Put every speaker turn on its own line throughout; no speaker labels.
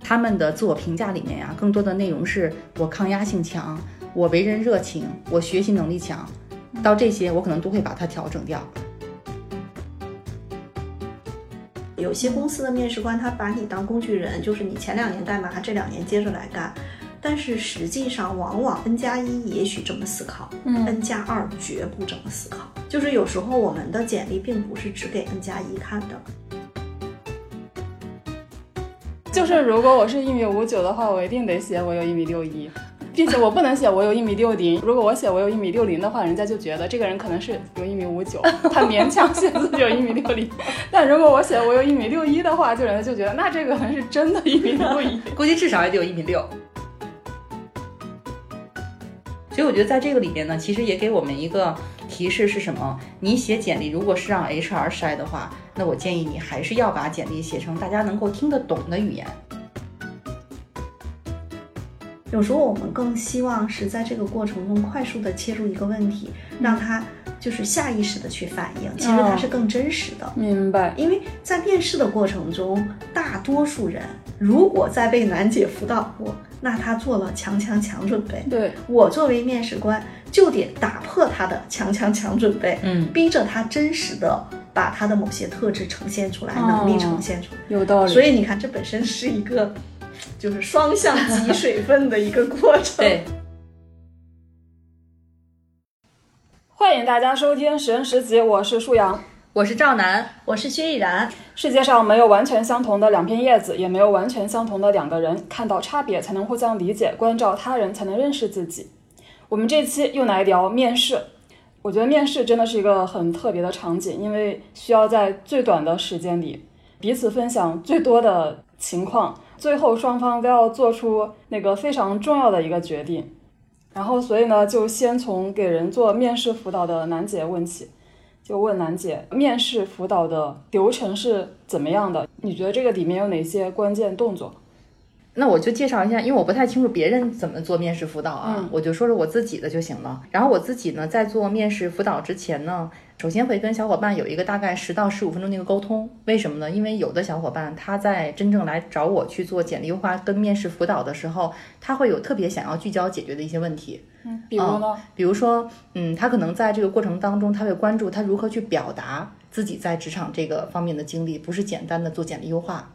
他们的自我评价里面呀、更多的内容是我抗压性强，我为人热情，我学习能力强，到这些我可能都会把它调整掉。
有些公司的面试官他把你当工具人，就是你前两年干嘛，这两年接着来干。但是实际上，往往 N 加一也许这么思考、
嗯
n 加二绝不这么思考。就是有时候我们的简历并不是只给 N 加一看的，
就是如果我是一米五九的话，我一定得写我有一米六一，并且我不能写我有一米六零。如果我写我有一米六零的话，人家就觉得这个人可能是有一米五九，他勉强写自己有一米六零。但如果我写我有一米六一的话，就人家就觉得那这个人是真的一米六一。
估计至少也得有一米六。所以我觉得在这个里边呢，其实也给我们一个提示是什么？你写简历如果是让 HR 筛的话，那我建议你还是要把简历写成大家能够听得懂的语言。
有时候我们更希望是在这个过程中快速的切入一个问题，让他就是下意识的去反应，其实它是更真实的。
明白，
因为在面试的过程中，大多数人如果在被楠姐辅导过，那他做了强强强准备。
对，
我作为面试官，就得打破他的强强强准备，
嗯，
逼着他真实的把他的某些特质呈现出来，能
哦
力呈现出来。
有道
所以你看，这本身是一个就是双向挤水分的一个过程。
对，
欢迎大家收听《十人十集》，我是舒阳。
我是赵楠，
我是薛逸然，
世界上没有完全相同的两片叶子，也没有完全相同的两个人。看到差别，才能互相理解；关照他人，才能认识自己。我们这期又来聊面试。我觉得面试真的是一个很特别的场景，因为需要在最短的时间里彼此分享最多的情况，最后双方都要做出那个非常重要的一个决定。然后，所以呢，就先从给人做面试辅导的楠姐问起。就问楠姐，面试辅导的流程是怎么样的？你觉得这个里面有哪些关键动作？
那我就介绍一下，因为我不太清楚别人怎么做面试辅导啊，
嗯
我就说说我自己的就行了。然后我自己呢，在做面试辅导之前呢，首先会跟小伙伴有一个大概十到十五分钟的一个沟通。为什么呢？因为有的小伙伴他在真正来找我去做简历优化跟面试辅导的时候，他会有特别想要聚焦解决的一些问题，
嗯，比如呢？
比如说，嗯，他可能在这个过程当中，他会关注他如何去表达自己在职场这个方面的经历，不是简单的做简历优化。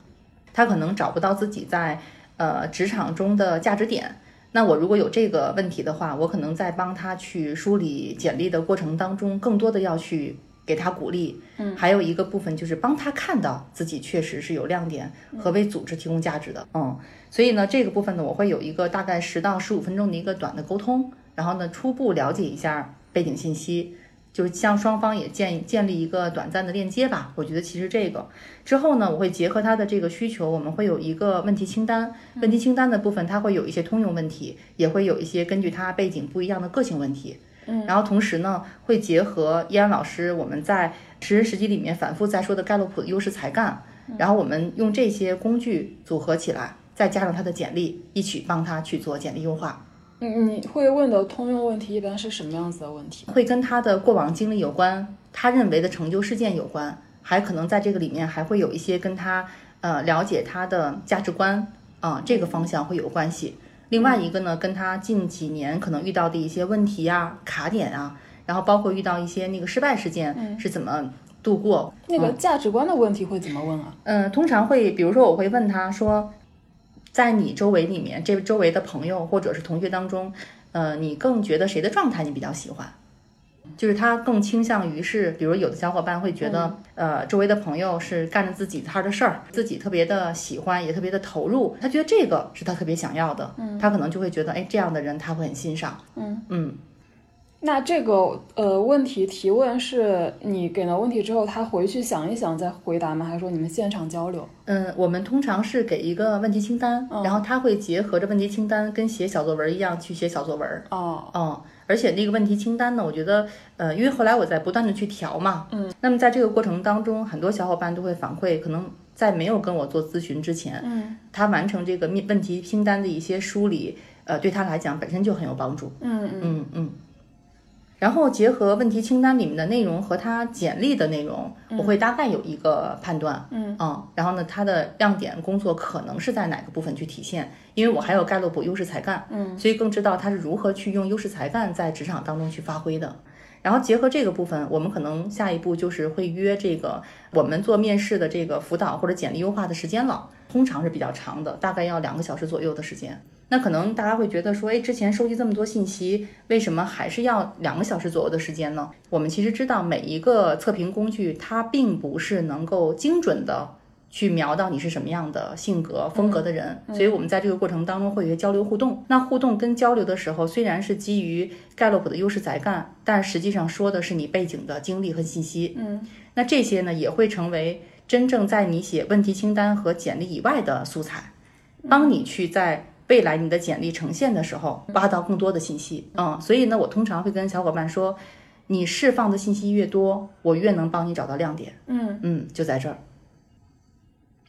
他可能找不到自己在呃职场中的价值点。那我如果有这个问题的话，我可能在帮他去梳理简历的过程当中，更多的要去给他鼓励。嗯，还有一个部分就是帮他看到自己确实是有亮点和为组织提供价值的。嗯，所以呢，这个部分呢，我会有一个大概十到十五分钟的一个短的沟通，然后呢，初步了解一下背景信息，就是向双方也建建立一个短暂的链接吧。我觉得其实这个之后呢，我会结合他的这个需求，我们会有一个问题清单。问题清单的部分，它会有一些通用问题，也会有一些根据他背景不一样的个性问题。嗯，然后同时呢，会结合依安老师我们在实时实际里面反复在说的盖洛普的优势才干，然后我们用这些工具组合起来，再加上他的简历，一起帮他去做简历优化。
你你会问的通用问题一般是什么样子的问题？
会跟他的过往经历有关，他认为的成就事件有关，还可能在这个里面还会有一些跟他呃了解他的价值观啊、这个方向会有关系。另外一个呢，跟他近几年可能遇到的一些问题啊、卡点啊，然后包括遇到一些那个失败事件是怎么度过。
那个价值观的问题会怎么问啊？
嗯，通常会，比如说我会问他说，在你周围里面，这周围的朋友或者是同学当中，呃，你更觉得谁的状态你比较喜欢？就是他更倾向于是，比如有的小伙伴会觉得，呃，周围的朋友是干着自己摊儿的事儿，自己特别的喜欢，也特别的投入，他觉得这个是他特别想要的，他可能就会觉得，哎，这样的人他会很欣赏，嗯嗯，
那这个呃问题提问是你给了问题之后，他回去想一想再回答吗？还是说你们现场交流？
嗯，我们通常是给一个问题清单，然后他会结合着问题清单跟写小作文一样去写小作文。
哦，
嗯，而且那个问题清单呢，我觉得，呃，因为后来我在不断的去调嘛，嗯，那么在这个过程当中，很多小伙伴都会反馈，可能在没有跟我做咨询之前，嗯，他完成这个面问题清单的一些梳理，呃，对他来讲本身就很有帮助，
嗯嗯。
嗯嗯。然后结合问题清单里面的内容和他简历的内容，我会大概有一个判断，嗯然后呢，他的亮点工作可能是在哪个部分去体现？因为我还有盖洛普优势才干，嗯，所以更知道他是如何去用优势才干在职场当中去发挥的。然后结合这个部分，我们可能下一步就是会约这个我们做面试的这个辅导或者简历优化的时间了，通常是比较长的，大概要两个小时左右的时间。那可能大家会觉得说，哎，之前收集这么多信息，为什么还是要两个小时左右的时间呢？我们其实知道，每一个测评工具它并不是能够精准的去瞄到你是什么样的性格、风格的人，所以我们在这个过程当中会有一些交流互动。那互动跟交流的时候，虽然是基于盖洛普的优势才干，但实际上说的是你背景的经历和信息。嗯，那这些呢也会成为真正在你写问题清单和简历以外的素材，帮你去在。未来你的简历呈现的时候，挖到更多的信息，嗯，所以呢，我通常会跟小伙伴说，你释放的信息越多，我越能帮你找到亮点，嗯嗯，就在这儿。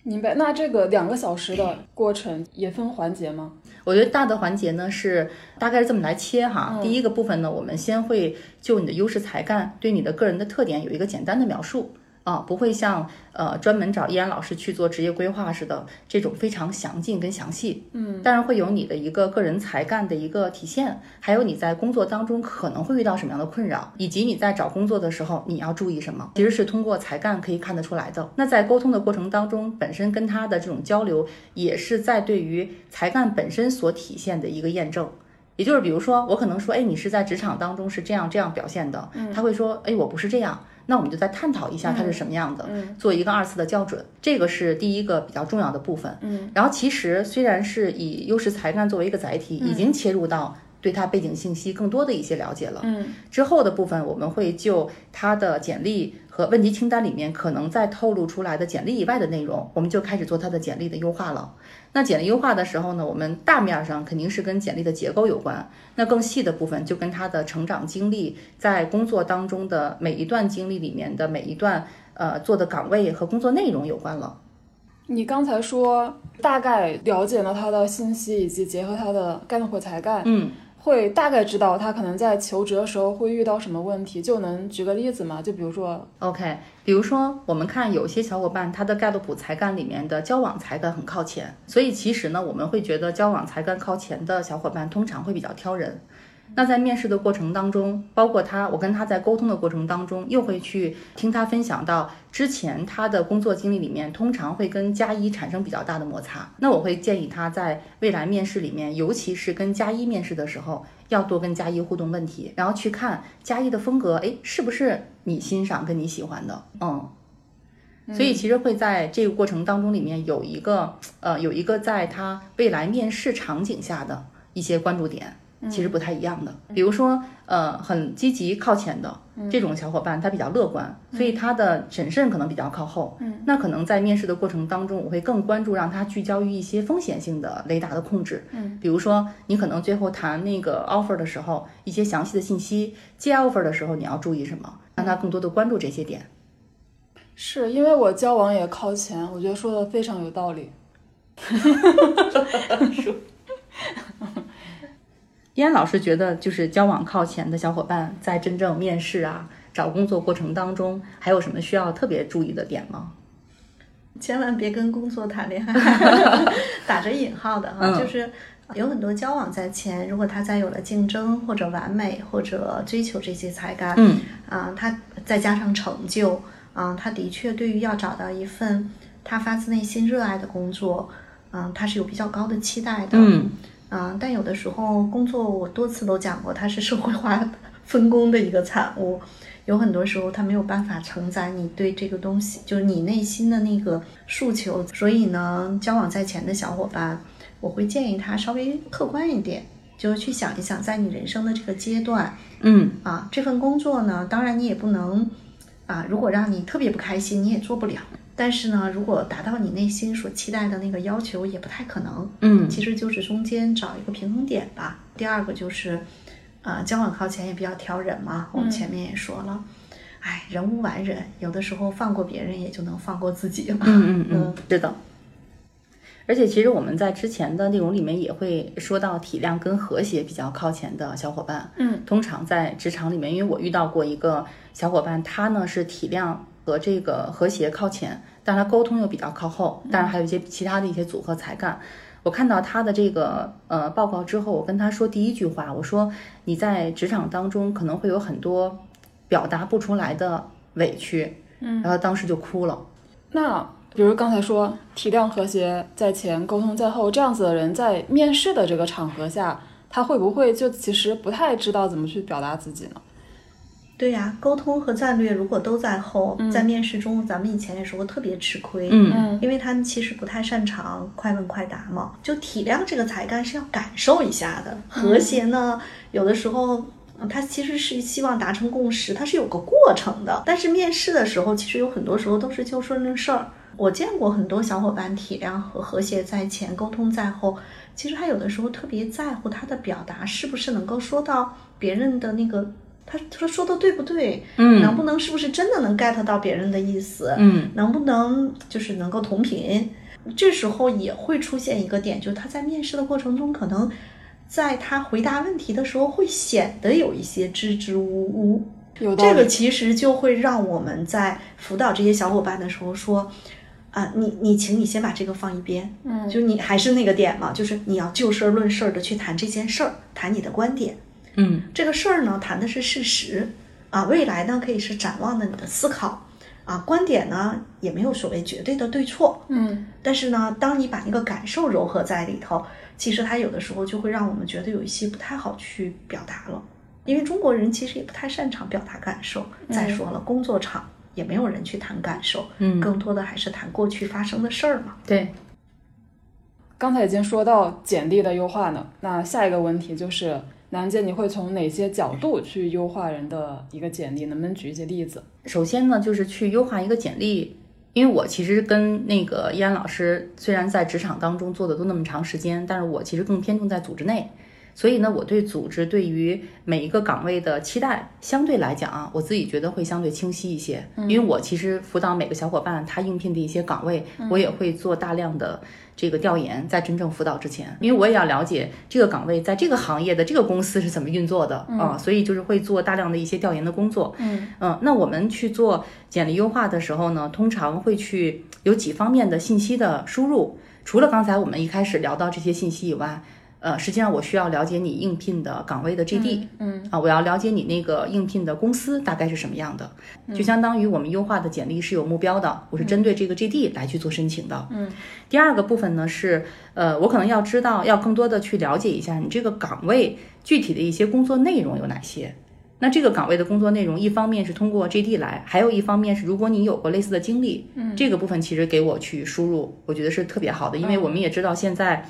明白。那这个两个小时的过程也分环节吗？
我觉得大的环节呢是大概是这么来切哈。第一个部分呢，我们先会就你的优势才干，对你的个人的特点有一个简单的描述啊，不会像呃专门找依然老师去做职业规划似的这种非常详尽跟详细。嗯，当然会有你的一个个人才干的一个体现，还有你在工作当中可能会遇到什么样的困扰，以及你在找工作的时候你要注意什么，其实是通过才干可以看得出来的。那在沟通的过程当中，本身跟他的这种交流，也是在对于才干本身所体现的一个验证。也就是比如说，我可能说，哎，你是在职场当中是这样这样表现的，他会说，哎，我不是这样。那我们就再探讨一下他是什么样的，做一个二次的校准，这个是第一个比较重要的部分。嗯，然后其实虽然是以优势才干作为一个载体，已经切入到对他背景信息更多的一些了解了。嗯，之后的部分我们会就他的简历和问题清单里面可能再透露出来的简历以外的内容，我们就开始做他的简历的优化了。那简历优化的时候呢，我们大面上肯定是跟简历的结构有关，那更细的部分就跟他的成长经历，在工作当中的每一段经历里面的每一段呃做的岗位和工作内容有关了。
你刚才说大概了解了他的信息，以及结合他的干得活才干，嗯，会大概知道他可能在求职的时候会遇到什么问题，就能举个例子吗？就比如说，
OK，比如说我们看有些小伙伴，他的盖洛普才干里面的交往才干很靠前，所以其实呢，我们会觉得交往才干靠前的小伙伴通常会比较挑人。那在面试的过程当中，包括他，我跟他在沟通的过程当中，又会去听他分享到之前他的工作经历里面，通常会跟加一产生比较大的摩擦。那我会建议他在未来面试里面，尤其是跟加一面试的时候，要多跟加一互动问题，然后去看加一的风格，哎，是不是你欣赏跟你喜欢的？嗯。所以其实会在这个过程当中里面有一个呃有一个在他未来面试场景下的一些关注点，其实不太一样的。比如说呃很积极靠前的这种小伙伴，他比较乐观，所以他的审慎可能比较靠后。那可能在面试的过程当中，我会更关注让他聚焦于一些风险性的雷达的控制。比如说你可能最后谈那个 offer 的时候，一些详细的信息，接 offer 的时候你要注意什么，让他更多的关注这些点。
是因为我交往也靠前，我觉得说的非常有道理。
依然老师觉得，就是交往靠前的小伙伴，在真正面试啊、找工作过程当中，还有什么需要特别注意的点吗？
千万别跟工作谈恋爱，打着引号的哈，就是有很多交往在前，如果他再有了竞争或者完美或者追求这些才干，嗯啊，他再加上成就啊，他的确对于要找到一份他发自内心热爱的工作，啊，他是有比较高的期待的，嗯啊，但有的时候工作我多次都讲过，它是社会化分工的一个产物，有很多时候它没有办法承载你对这个东西，就是你内心的那个诉求。所以呢，交往在前的小伙伴，我会建议他稍微客观一点，就是去想一想，在你人生的这个阶段，
嗯，
啊，这份工作呢，当然你也不能啊，如果让你特别不开心，你也做不了。但是呢，如果达到你内心所期待的那个要求，也不太可能。
嗯
其实就是中间找一个平衡点吧。第二个就是，啊、交往靠前也比较挑人嘛，我们前面也说了，哎，人无完
啊嗯
人，有的时候放过别人也就能放过自己了。
嗯嗯嗯，是的。而且其实我们在之前的内容里面也会说到体谅跟和谐比较靠前的小伙伴，
嗯，
通常在职场里面，因为我遇到过一个小伙伴，他呢是体谅和这个和谐靠前，但他沟通又比较靠后，当然还有一些其他的一些组合才干。我看到他的这个呃报告之后，我跟他说第一句话，我说你在职场当中可能会有很多表达不出来的委屈，嗯，然后当时就哭了。
那比如刚才说体谅和谐在前，沟通在后，这样子的人在面试的这个场合下，他会不会就其实不太知道怎么去表达自己呢？
对呀、沟通和战略如果都在后，在面试中，咱们以前也说过特别吃亏，
嗯
因为他们其实不太擅长快问快答嘛。就体谅这个才干是要感受一下的，和谐呢，有的时候。嗯他其实是希望达成共识，它是有个过程的。但是面试的时候，其实有很多时候都是就事论事儿。我见过很多小伙伴体谅和和谐在前，沟通在后。其实他有的时候特别在乎他的表达是不是能够说到别人的那个，他他说的对不对，
嗯
能不能是不是真的能 get 到别人的意思，
嗯
能不能就是能够同频？这时候也会出现一个点，就是他在面试的过程中，可能在他回答问题的时候会显得有一些支支吾吾。
有道理
这个其实就会让我们在辅导这些小伙伴的时候说，啊，你你请你先把这个放一边，
嗯
就你还是那个点嘛，就是你要就事儿论事儿的去谈这件事儿，谈你的观点。
嗯
这个事儿呢，谈的是事实啊，未来呢可以是展望的你的思考啊，观点呢也没有所谓绝对的对错，
嗯
但是呢，当你把那个感受糅合在里头，其实它有的时候就会让我们觉得有一些不太好去表达了，因为中国人其实也不太擅长表达感受。再说了，工作场也没有人去谈感受，
嗯，
更多的还是谈过去发生的事儿嘛。
对，
刚才已经说到简历的优化呢，那下一个问题就是，楠姐，你会从哪些角度去优化人的一个简历？能不能举一些例子？
首先呢，就是去优化一个简历，因为我其实跟那个依安老师虽然在职场当中做的都那么长时间，但是我其实更偏重在组织内，所以呢，我对组织对于每一个岗位的期待，相对来讲啊，我自己觉得会相对清晰一些，因为我其实辅导每个小伙伴他应聘的一些岗位，我也会做大量的。这个调研在真正辅导之前，因为我也要了解这个岗位在这个行业的这个公司是怎么运作的啊、所以就是会做大量的一些调研的工作。
嗯
嗯，那我们去做简历优化的时候呢，通常会去有几方面的信息的输入，除了刚才我们一开始聊到这些信息以外，呃，实际上我需要了解你应聘的岗位的 GD，、
嗯
啊，我要了解你那个应聘的公司大概是什么样的，
嗯
就相当于我们优化的简历是有目标的，我是针对这个 GD 来去做申请的。
嗯，
第二个部分呢是，呃，我可能要知道，要更多的去了解一下你这个岗位具体的一些工作内容有哪些。那这个岗位的工作内容，一方面是通过 GD 来，还有一方面是如果你有过类似的经历，嗯，这个部分其实给我去输入，我觉得是特别好的，因为我们也知道现在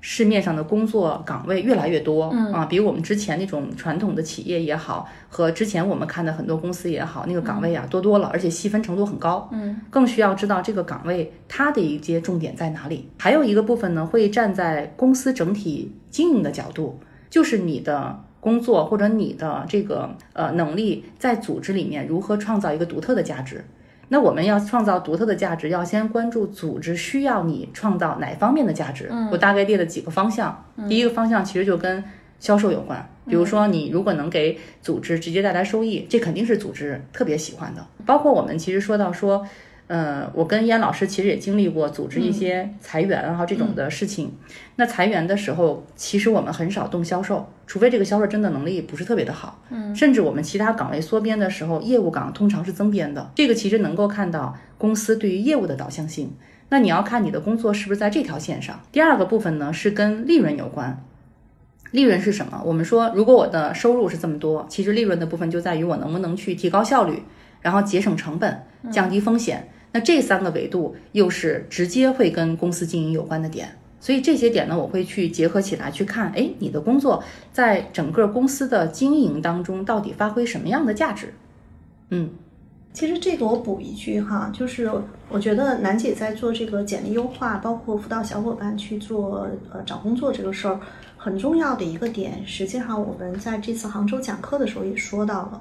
市面上的工作岗位越来越多，嗯啊，比我们之前那种传统的企业也好，和之前我们看的很多公司也好，那个岗位啊多多了，而且细分程度很高，
嗯，
更需要知道这个岗位它的一些重点在哪里。还有一个部分呢，会站在公司整体经营的角度，就是你的。工作或者你的这个呃能力在组织里面如何创造一个独特的价值？那我们要创造独特的价值，要先关注组织需要你创造哪方面的价值。我大概列了几个方向，第一个方向其实就跟销售有关，比如说你如果能给组织直接带来收益，这肯定是组织特别喜欢的。包括我们其实说到说。呃，我跟燕老师其实也经历过组织一些裁员啊、这种的事情。那裁员的时候，其实我们很少动销售，除非这个销售真的能力不是特别的好。嗯，甚至我们其他岗位缩编的时候，业务岗通常是增编的。这个其实能够看到公司对于业务的导向性。那你要看你的工作是不是在这条线上。第二个部分呢，是跟利润有关。利润是什么？我们说，如果我的收入是这么多，其实利润的部分就在于我能不能去提高效率，然后节省成本，降低风险。那这三个维度又是直接会跟公司经营有关的点。所以这些点呢，我会去结合起来去看，哎，你的工作在整个公司的经营当中到底发挥什么样的价值？嗯
其实这个我补一句哈，就是我觉得楠姐在做这个简历优化，包括辅导小伙伴去做呃找工作这个事儿，很重要的一个点，实际上我们在这次杭州讲课的时候也说到了。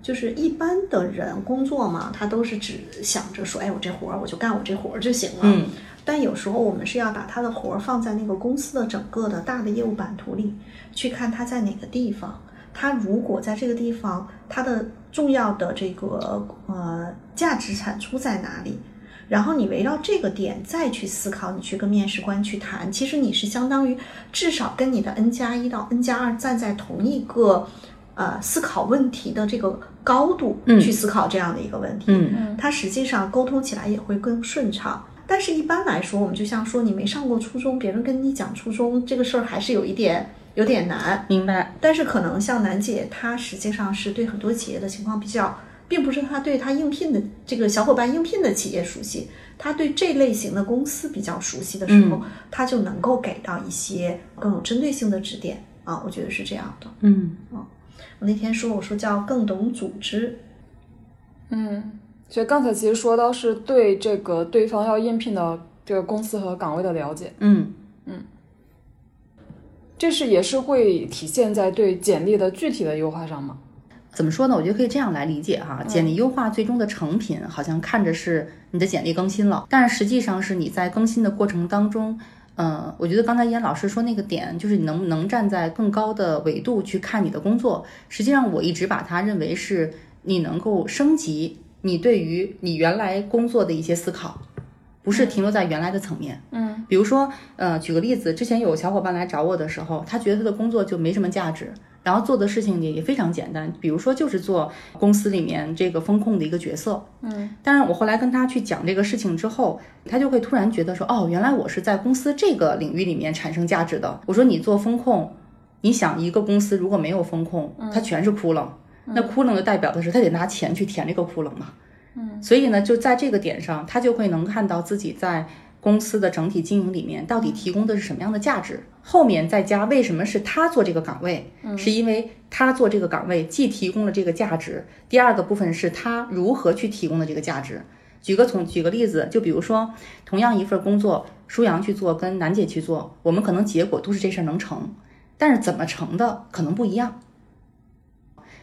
就是一般的人工作嘛，他都是只想着说，哎，我这活儿我就干我这活儿就行了。
嗯
但有时候我们是要把他的活儿放在那个公司的整个的大的业务版图里，去看他在哪个地方。他如果在这个地方，他的重要的这个呃价值产出在哪里？然后你围绕这个点再去思考，你去跟面试官去谈，其实你是相当于至少跟你的 N 加一到 N 加二站在同一个呃思考问题的这个高度
嗯
去思考这样的一个问题，
嗯
它实际上沟通起来也会更顺畅。但是，一般来说，我们就像说你没上过初中，别人跟你讲初中这个事儿，还是有一点有点难。
明白，
但是可能像楠姐，她实际上是对很多企业的情况比较，并不是她对她应聘的这个小伙伴应聘的企业熟悉，她对这类型的公司比较熟悉的时候，她就能够给到一些更有针对性的指点啊，我觉得是这样的。
嗯
我那天说，我说叫更懂组织，
嗯，所以刚才其实说到是对这个对方要应聘的这个公司和岗位的了解，
嗯
这是也是会体现在对简历的具体的优化上吗？
怎么说呢？我觉得可以这样来理解哈，简历优化最终的成品好像看着是你的简历更新了，但是实际上是你在更新的过程当中，呃，我觉得刚才燕老师说那个点，就是你能不能站在更高的维度去看你的工作，实际上我一直把它认为是你能够升级你对于你原来工作的一些思考，不是停留在原来的层面。
嗯，
比如说，呃，举个例子，之前有小伙伴来找我的时候，他觉得他的工作就没什么价值，然后做的事情也也非常简单，比如说就是做公司里面这个风控的一个角色。嗯，但是我后来跟他去讲这个事情之后，他就会突然觉得说，哦，原来我是在公司这个领域里面产生价值的。我说你做风控，你想一个公司如果没有风控，它全是窟窿，那窟窿就代表的是他得拿钱去填这个窟窿嘛。嗯，所以呢，就在这个点上，他就会能看到自己在公司的整体经营里面到底提供的是什么样的价值。后面再加为什么是他做这个岗位，是因为他做这个岗位既提供了这个价值，第二个部分是他如何去提供的这个价值。举个从举个例子，就比如说，同样一份工作，舒阳去做跟楠姐去做，我们可能结果都是这事儿能成，但是怎么成的可能不一样。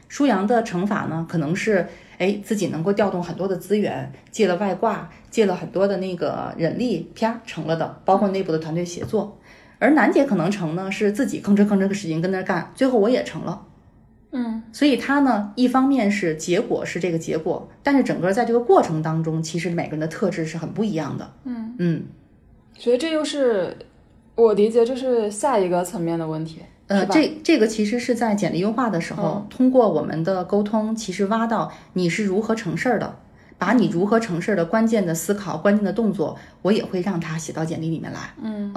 舒阳的成法呢，可能是哎自己能够调动很多的资源，借了外挂，借了很多的那个人力，啪成了的，包括内部的团队协作。而楠姐可能成呢，是自己吭哧吭哧个使劲跟那儿干，最后我也成了。
嗯，
所以他呢，一方面是结果是这个结果，但是整个在这个过程当中，其实每个人的特质是很不一样的。嗯嗯
所以这又是我理解，这是下一个层面的问题，
呃，
是吧嗯
这这个其实是在简历优化的时候，通过我们的沟通，其实挖到你是如何成事儿的，把你如何成事儿的关键的思考、关键的动作，我也会让他写到简历里面来。嗯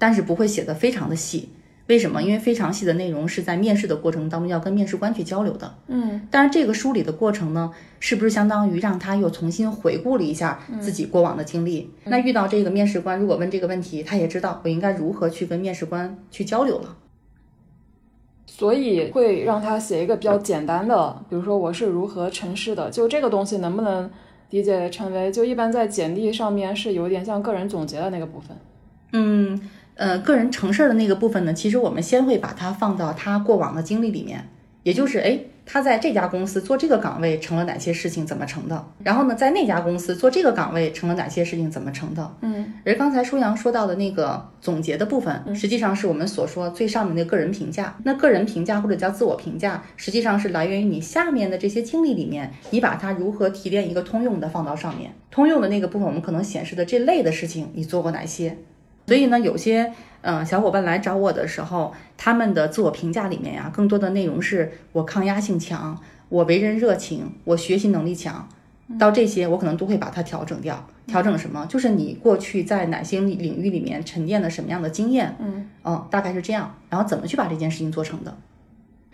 但是不会写的非常的细。为什么？因为非常细的内容是在面试的过程当中要跟面试官去交流的。
嗯，
但是这个梳理的过程呢，是不是相当于让他又重新回顾了一下
嗯
自己过往的经历？那遇到这个面试官，如果问这个问题，他也知道我应该如何去跟面试官去交流了。
所以会让他写一个比较简单的，比如说我是如何陈述的，就这个东西能不能理解成为就一般在简历上面是有点像个人总结的那个部分。
嗯，呃，个人成事儿的那个部分呢，其实我们先会把它放到他过往的经历里面，也就是哎，他在这家公司做这个岗位成了哪些事情，怎么成的？然后呢，在那家公司做这个岗位成了哪些事情，怎么成的？
嗯，
而刚才舒阳说到的那个总结的部分，实际上是我们所说最上面的个人评价。那个人评价或者叫自我评价，实际上是来源于你下面的这些经历里面，你把它如何提炼一个通用的放到上面。通用的那个部分，我们可能显示的这类的事情，你做过哪些？所以呢，有些呃小伙伴来找我的时候，他们的自我评价里面呀、更多的内容是我抗压性强，我为人热情，我学习能力强，到这些我可能都会把它调整掉。调整什么？就是你过去在哪些领域里面沉淀了什么样的经验，嗯，嗯，大概是这样，然后怎么去把这件事情做成的。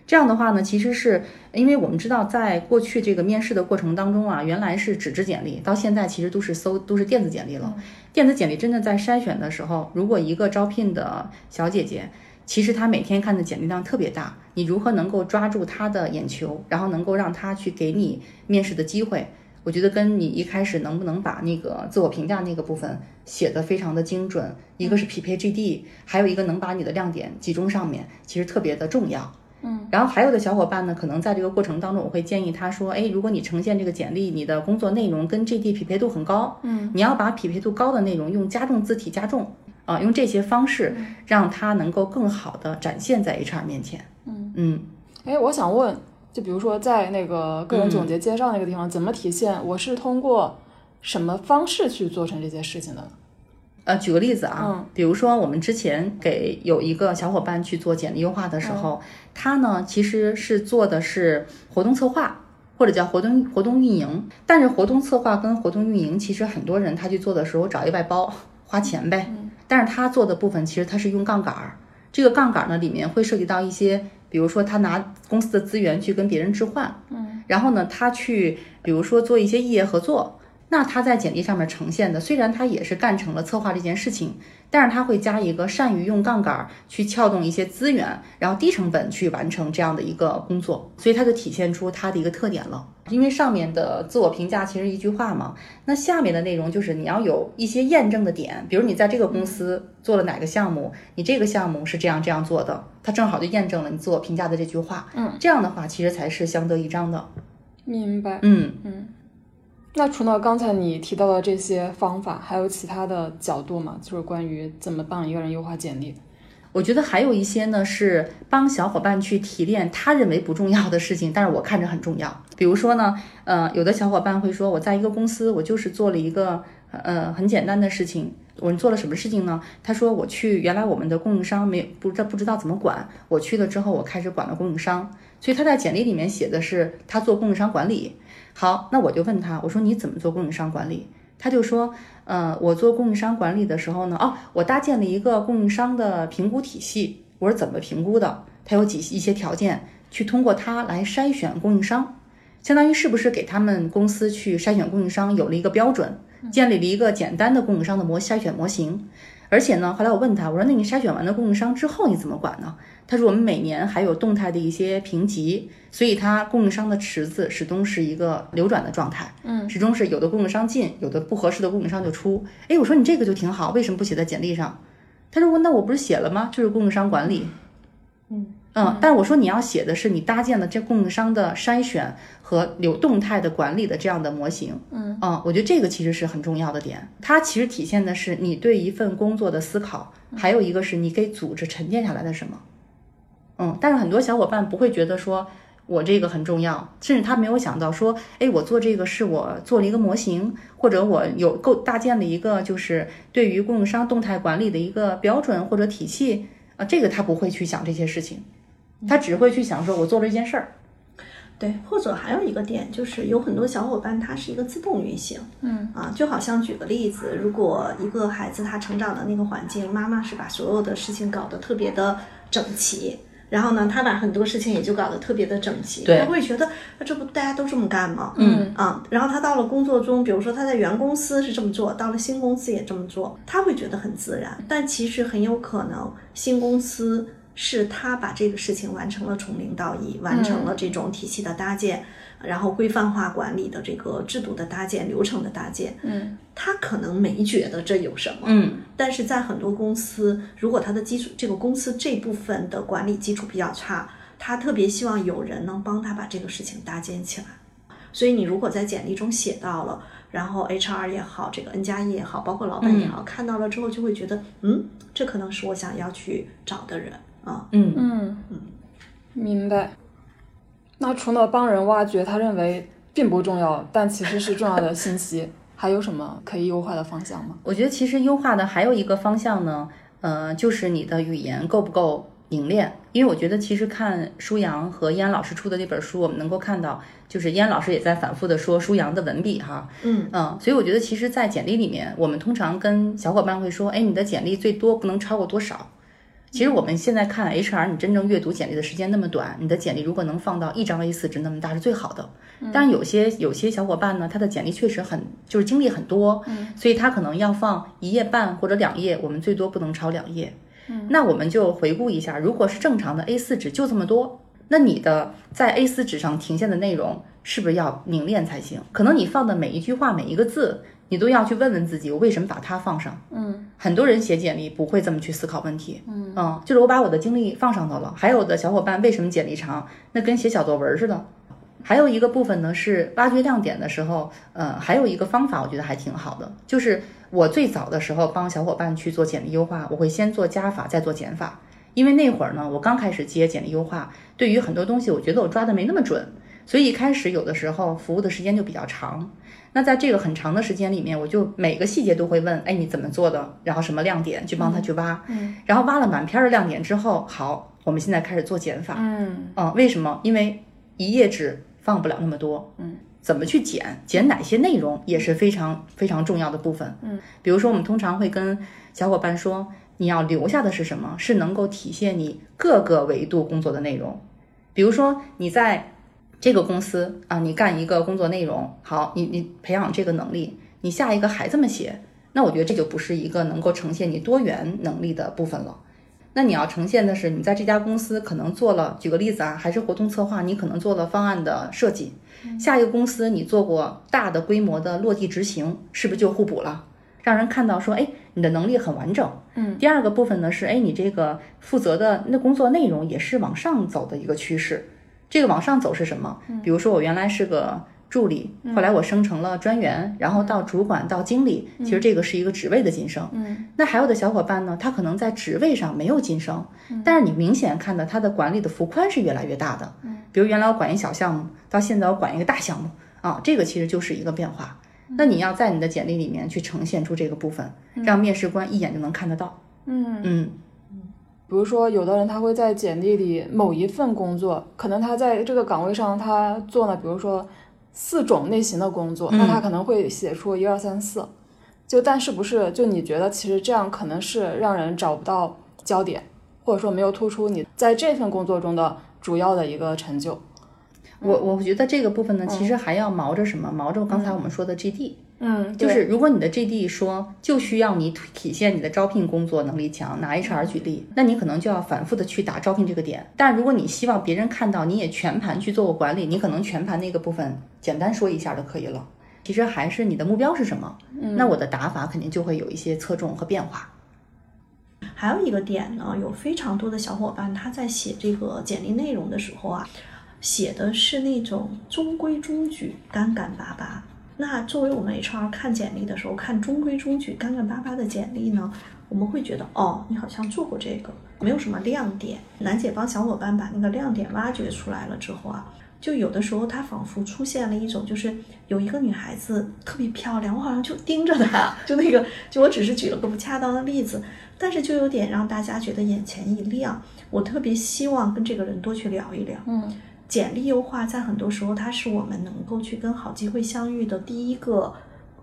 这样的话呢，其实是因为我们知道，在过去这个面试的过程当中啊，原来是纸质简历，到现在其实都是搜都是电子简历了。电子简历真的在筛选的时候，如果一个招聘的小姐姐，其实她每天看的简历量特别大，你如何能够抓住她的眼球，然后能够让她去给你面试的机会？我觉得跟你一开始能不能把那个自我评价那个部分写得非常的精准，一个是匹配 GD，还有一个能把你的亮点集中上面，其实特别的重要。嗯，然后还有的小伙伴呢，可能在这个过程当中，我会建议他说，哎，如果你呈现这个简历，你的工作内容跟 GD 匹配度很高，嗯，你要把匹配度高的内容用加重字体加重啊、用这些方式让它能够更好的展现在 HR 面前。嗯嗯，
哎，我想问，就比如说在那个个人总结介绍那个地方，怎么体现我是通过什么方式去做成这些事情的呢？
呃，举个例子啊，比如说我们之前给有一个小伙伴去做简历优化的时候，他呢其实是做的是活动策划。或者叫活动活动运营，但是活动策划跟活动运营，其实很多人他去做的时候找一外包花钱呗，但是他做的部分其实他是用杠杆儿，这个杠杆儿呢里面会涉及到一些，比如说他拿公司的资源去跟别人置换，嗯，然后呢他去比如说做一些异业合作，那他在简历上面呈现的，虽然他也是干成了策划这件事情，但是他会加一个善于用杠杆儿去撬动一些资源，然后低成本去完成这样的一个工作，所以他就体现出他的一个特点了。因为上面的自我评价其实一句话嘛，那下面的内容就是你要有一些验证的点，比如你在这个公司做了哪个项目，你这个项目是这样这样做的，它正好就验证了你自我评价的这句话。嗯，这样的话其实才是相得益彰的。
明白。
嗯。
那除了刚才你提到的这些方法，还有其他的角度吗？就是关于怎么帮一个人优化简历。
我觉得还有一些呢，是帮小伙伴去提炼他认为不重要的事情，但是我看着很重要。比如说呢，呃，有的小伙伴会说，我在一个公司，我就是做了一个呃很简单的事情。我做了什么事情呢？他说我去原来我们的供应商没有不知道不知道怎么管，我去了之后我开始管了供应商，所以他在简历里面写的是他做供应商管理。好，那我就问他，我说你怎么做供应商管理？他就说，呃，我做供应商管理的时候呢，哦，我搭建了一个供应商的评估体系。我是怎么评估的？它有几一些条件，去通过它来筛选供应商，相当于是不是给他们公司去筛选供应商有了一个标准，建立了一个简单的供应商的模筛选模型。而且呢，后来我问他，我说那你筛选完了供应商之后你怎么管呢？他说我们每年还有动态的一些评级，所以它供应商的池子始终是一个流转的状态，嗯，始终是有的供应商进，有的不合适的供应商就出。哎，我说你这个就挺好，为什么不写在简历上？他说那我不是写了吗？就是供应商管理。嗯嗯，但是我说你要写的是你搭建了这供应商的筛选和流动态的管理的这样的模型。嗯我觉得这个其实是很重要的点，它其实体现的是你对一份工作的思考，还有一个是你给组织沉淀下来的什么。嗯，但是很多小伙伴不会觉得说我这个很重要，甚至他没有想到说，哎，我做这个是我做了一个模型，或者我有构搭建了一个就是对于供应商动态管理的一个标准或者体系啊，这个他不会去想这些事情，他只会去想说我做了一件事儿，
对，或者还有一个点就是，有很多小伙伴他是一个自动运行，嗯啊，就好像举个例子，如果一个孩子他成长的那个环境，妈妈是把所有的事情搞得特别的整齐，然后呢，他把很多事情也就搞得特别的整齐，
对
他会觉得那这不大家都这么干吗？嗯啊，然后他到了工作中，比如说他在原公司是这么做，到了新公司也这么做，他会觉得很自然，但其实很有可能新公司。是他把这个事情完成了从零到一，完成了这种体系的搭建，然后规范化管理的这个制度的搭建、流程的搭建。嗯，他可能没觉得这有什么，
嗯，
但是在很多公司，如果他的基础这个公司这部分的管理基础比较差，他特别希望有人能帮他把这个事情搭建起来。所以你如果在简历中写到了，然后 HR 也好，这个 N 加一也好，包括老板也好，看到了之后就会觉得，嗯，这可能是我想要去找的人啊。
嗯
嗯，明白。那除了帮人挖掘他认为并不重要，但其实是重要的信息，还有什么可以优化的方向吗？
我觉得其实优化的还有一个方向呢，呃，就是你的语言够不够凝练。因为我觉得其实看舒阳和燕老师出的那本书，我们能够看到，就是燕老师也在反复的说舒阳的文笔哈，呃
嗯
所以我觉得其实，在简历里面，我们通常跟小伙伴会说，哎，你的简历最多不能超过多少。其实我们现在看 HR，你真正阅读简历的时间那么短，你的简历如果能放到一张 A4 纸那么大是最好的。但有些有些小伙伴呢，他的简历确实很就是经历很多，所以他可能要放一页半或者两页，我们最多不能超两页。那我们就回顾一下，如果是正常的 A4 纸就这么多，那你的在 A4 纸上停下的内容是不是要凝练才行？可能你放的每一句话、每一个字，你都要去问问自己，我为什么把它放上？嗯，很多人写简历不会这么去思考问题。嗯就是我把我的经历放上头了。还有的小伙伴为什么简历长？那跟写小作文似的。还有一个部分呢是挖掘亮点的时候，呃，还有一个方法我觉得还挺好的，就是我最早的时候帮小伙伴去做简历优化，我会先做加法，再做减法。因为那会儿呢，我刚开始接简历优化，对于很多东西我觉得我抓的没那么准，所以一开始有的时候服务的时间就比较长。那在这个很长的时间里面，我就每个细节都会问，哎，你怎么做的？然后什么亮点，去帮他去挖。嗯，然后挖了满篇儿的亮点之后，好，我们现在开始做减法。
嗯
嗯，为什么？因为一页纸放不了那么多。
嗯，
怎么去剪，剪哪些内容也是非常非常重要的部分。嗯，比如说我们通常会跟小伙伴说，你要留下的是什么？是能够体现你各个维度工作的内容。比如说你在这个公司啊，你干一个工作内容，好，你你培养这个能力，你下一个还这么写，那我觉得这就不是一个能够呈现你多元能力的部分了。那你要呈现的是，你在这家公司可能做了，举个例子啊，还是活动策划，你可能做了方案的设计，下一个公司你做过大的规模的落地执行，是不是就互补了？让人看到说，哎，你的能力很完整。嗯，第二个部分呢是，哎，你这个负责的那工作内容也是往上走的一个趋势。这个往上走是什么？比如说我原来是个助理，后来我升成了专员，然后到主管到经理，其实这个是一个职位的晋升。嗯，那还有的小伙伴呢，他可能在职位上没有晋升，但是你明显看到他的管理的幅宽是越来越大的。嗯，比如原来我管一小项目，到现在我管一个大项目啊，这个其实就是一个变化。那你要在你的简历里面去呈现出这个部分，让面试官一眼就能看得到。
嗯，
嗯，
比如说有的人他会在简历里某一份工作，可能他在这个岗位上他做了，比如说四种类型的工作，那他可能会写出一二三四。就但是不是就你觉得其实这样可能是让人找不到焦点，或者说没有突出你在这份工作中的主要的一个成就。
我我觉得这个部分呢，其实还要毛着什么？毛着刚才我们说的 GD。
嗯，
就是如果你的 GD 说就需要你体现你的招聘工作能力强，拿 HR 举例，那你可能就要反复的去打招聘这个点。但如果你希望别人看到你也全盘去做过管理，你可能全盘那个部分简单说一下就可以了。其实还是你的目标是什么，那我的打法肯定就会有一些侧重和变化。
还有一个点呢，有非常多的小伙伴他在写这个简历内容的时候啊，写的是那种中规中矩、干干巴巴。那作为我们 HR 看简历的时候，看中规中矩、干干巴巴的简历呢，我们会觉得哦，你好像做过这个，没有什么亮点。楠姐帮小伙伴把那个亮点挖掘出来了之后啊，就有的时候她仿佛出现了一种，就是有一个女孩子特别漂亮，我好像就盯着她，就那个，就我只是举了个不恰当的例子，但是就有点让大家觉得眼前一亮。我特别希望跟这个人多去聊一聊。嗯，简历优化在很多时候它是我们能够去跟好机会相遇的第一个，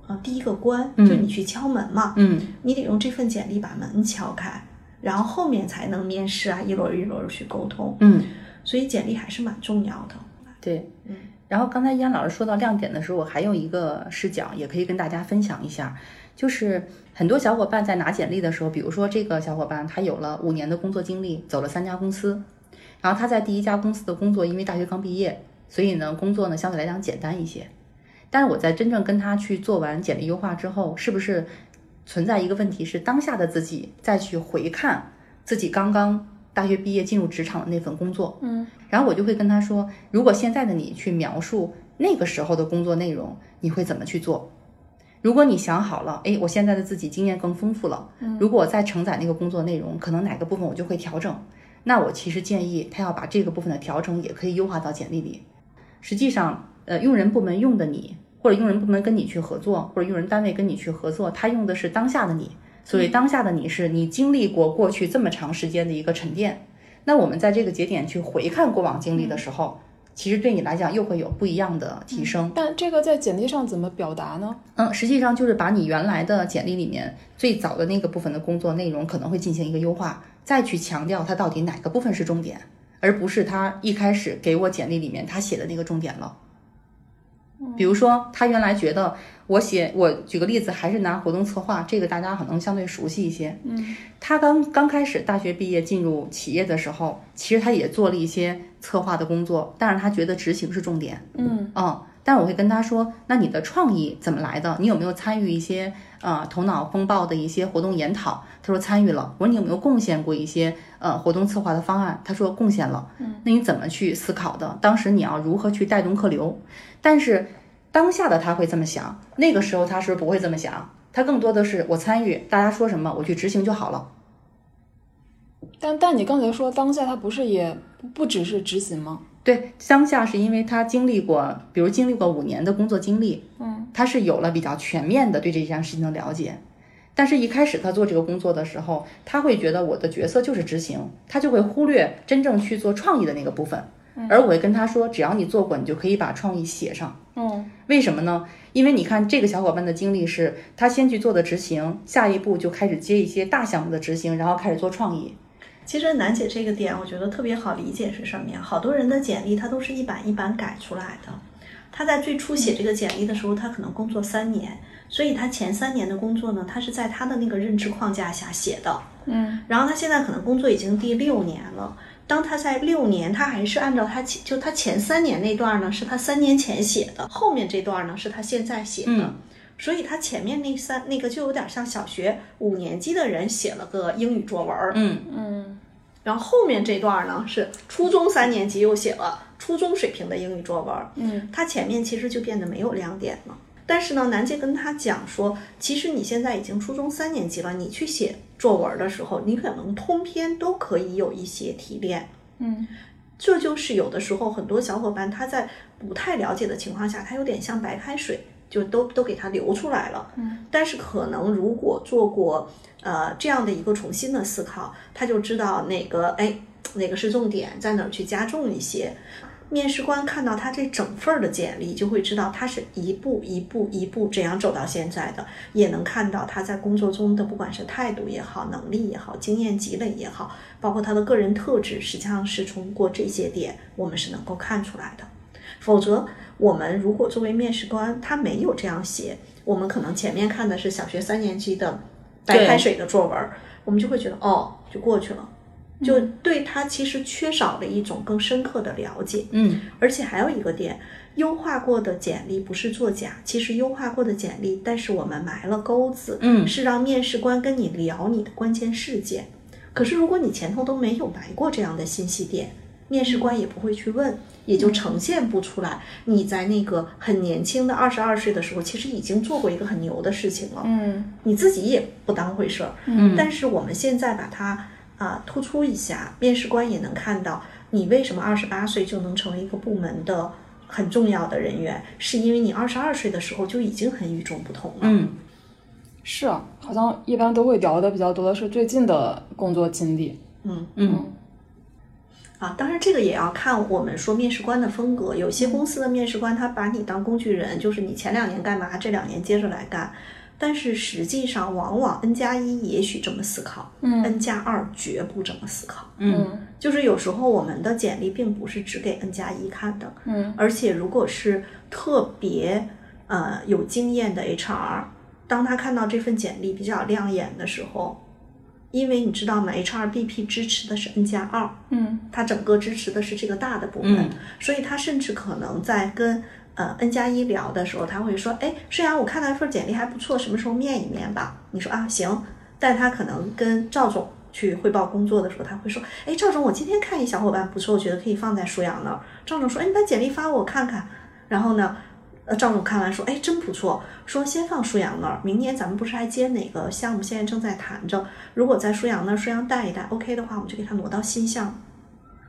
呃，第一个关，就你去敲门嘛。
嗯，
你得用这份简历把门敲开，然后后面才能面试啊，一轮一轮去沟通。
嗯，
所以简历还是蛮重要的。
对，
嗯。
然后刚才燕老师说到亮点的时候，我还有一个视角，也可以跟大家分享一下，就是很多小伙伴在拿简历的时候，比如说这个小伙伴他有了五年的工作经历，走了三家公司，然后他在第一家公司的工作，因为大学刚毕业，所以呢工作呢相对来讲简单一些。但是我在真正跟他去做完简历优化之后，是不是存在一个问题是当下的自己再去回看自己刚刚大学毕业进入职场的那份工作？嗯，然后我就会跟他说，如果现在的你去描述那个时候的工作内容，你会怎么去做？如果你想好了，哎，我现在的自己经验更丰富了，如果我再承载那个工作内容，可能哪个部分我就会调整。那我其实建议他要把这个部分的调整也可以优化到简历里。实际上，呃，用人部门用的你，或者用人部门跟你去合作，或者用人单位跟你去合作，他用的是当下的你。所以当下的你是你经历过过去这么长时间的一个沉淀。那我们在这个节点去回看过往经历的时候，其实对你来讲又会有不一样的提升。
但这个在简历上怎么表达呢？
嗯，实际上就是把你原来的简历里面最早的那个部分的工作内容可能会进行一个优化，再去强调它到底哪个部分是重点，而不是他一开始给我简历里面他写的那个重点了。比如说，他原来觉得我写我举个例子，还是拿活动策划这个大家可能相对熟悉一些。嗯，他刚刚开始大学毕业进入企业的时候，其实他也做了一些策划的工作，但是他觉得执行是重点。
嗯
嗯，但我会跟他说，那你的创意怎么来的？你有没有参与一些呃头脑风暴的一些活动研讨？他说参与了。我说你有没有贡献过一些呃活动策划的方案？他说贡献了。那你怎么去思考的？当时你要如何去带动客流？但是当下的他会这么想，那个时候他是不会这么想，他更多的是我参与，大家说什么我去执行就好了。
但但你刚才说当下他不是也不不只是执行吗？
对，当下是因为他经历过，比如经历过五年的工作经历，
嗯，
他是有了比较全面的对这件事情的了解。但是，一开始他做这个工作的时候，他会觉得我的角色就是执行，他就会忽略真正去做创意的那个部分。而我会跟他说，只要你做过，你就可以把创意写上。
嗯，
为什么呢？因为你看这个小伙伴的经历是，他先去做的执行，下一步就开始接一些大项目的执行，然后开始做创意。
其实楠姐这个点，我觉得特别好理解是什么呀？好多人的简历，他都是一版一版改出来的。他在最初写这个简历的时候，他可能工作三年，所以他前三年的工作呢，他是在他的那个认知框架下写的。
嗯，
然后他现在可能工作已经第六年了。当他在六年，他还是按照他前就他前三年那段呢，是他三年前写的，后面这段呢是他现在写的。
嗯
所以他前面那三那个就有点像小学五年级的人写了个英语作文，
嗯，
然后后面这段呢是初中三年级又写了初中水平的英语作文，
嗯，
他前面其实就变得没有亮点了。但是呢，南姐跟他讲说，其实你现在已经初中三年级了，你去写作文的时候，你可能通篇都可以有一些提炼。
嗯，
这就是有的时候很多小伙伴他在不太了解的情况下，他有点像白开水，就都都给它流出来了。
嗯，
但是可能如果做过呃这样的一个重新的思考，他就知道哪个哎哪个是重点，在哪儿去加重一些。面试官看到他这整份儿的简历，就会知道他是一步一步一步这样走到现在的，也能看到他在工作中的不管是态度也好、能力也好、经验积累也好，包括他的个人特质，实际上是通过这些点我们是能够看出来的。否则，我们如果作为面试官，他没有这样写，我们可能前面看的是小学三年级的白开水的作文，我们就会觉得哦，就过去了，就对他其实缺少了一种更深刻的了解。
嗯，
而且还有一个点，优化过的简历不是作假，其实优化过的简历，但是我们埋了钩子，
嗯
是让面试官跟你聊你的关键事件。可是如果你前头都没有埋过这样的信息点，面试官也不会去问，也就呈现不出来你在那个很年轻的二十二岁的时候，其实已经做过一个很牛的事情了，
嗯
你自己也不当回事儿。
嗯
但是我们现在把它啊、突出一下，面试官也能看到你为什么二十八岁就能成为一个部门的很重要的人员，是因为你二十二岁的时候就已经很与众不同了。
嗯，
是啊，好像一般都会聊的比较多的是最近的工作经历。
嗯
嗯
啊，当然这个也要看我们说面试官的风格。有
嗯
些公司的面试官他把你当工具人，就是你前两年干嘛，这两年接着来干。但是实际上，往往 N 加一也许这么思考、
嗯
n 加二绝不这么思考。
嗯
就是有时候我们的简历并不是只给 N 加一看的，
嗯
而且如果是特别呃有经验的 HR，当他看到这份简历比较亮眼的时候，因为你知道吗？HRBP 支持的是 N 加二，
嗯
它整个支持的是这个大的部分，
嗯
所以他甚至可能在跟呃 N 加一聊的时候，他会说，哎，虽然我看到一份简历还不错，什么时候面一面吧？你说啊行，但他可能跟赵总去汇报工作的时候，他会说，哎，赵总，我今天看一小伙伴不错，我觉得可以放在舒阳那儿。赵总说，哎，你把简历发我看看。然后呢？呃，赵总看完说：“哎，真不错。说先放舒阳那儿，明年咱们不是还接哪个项目？现在正在谈着。如果在舒阳那儿，舒阳带一带，OK 的话，我们就给他挪到新项目。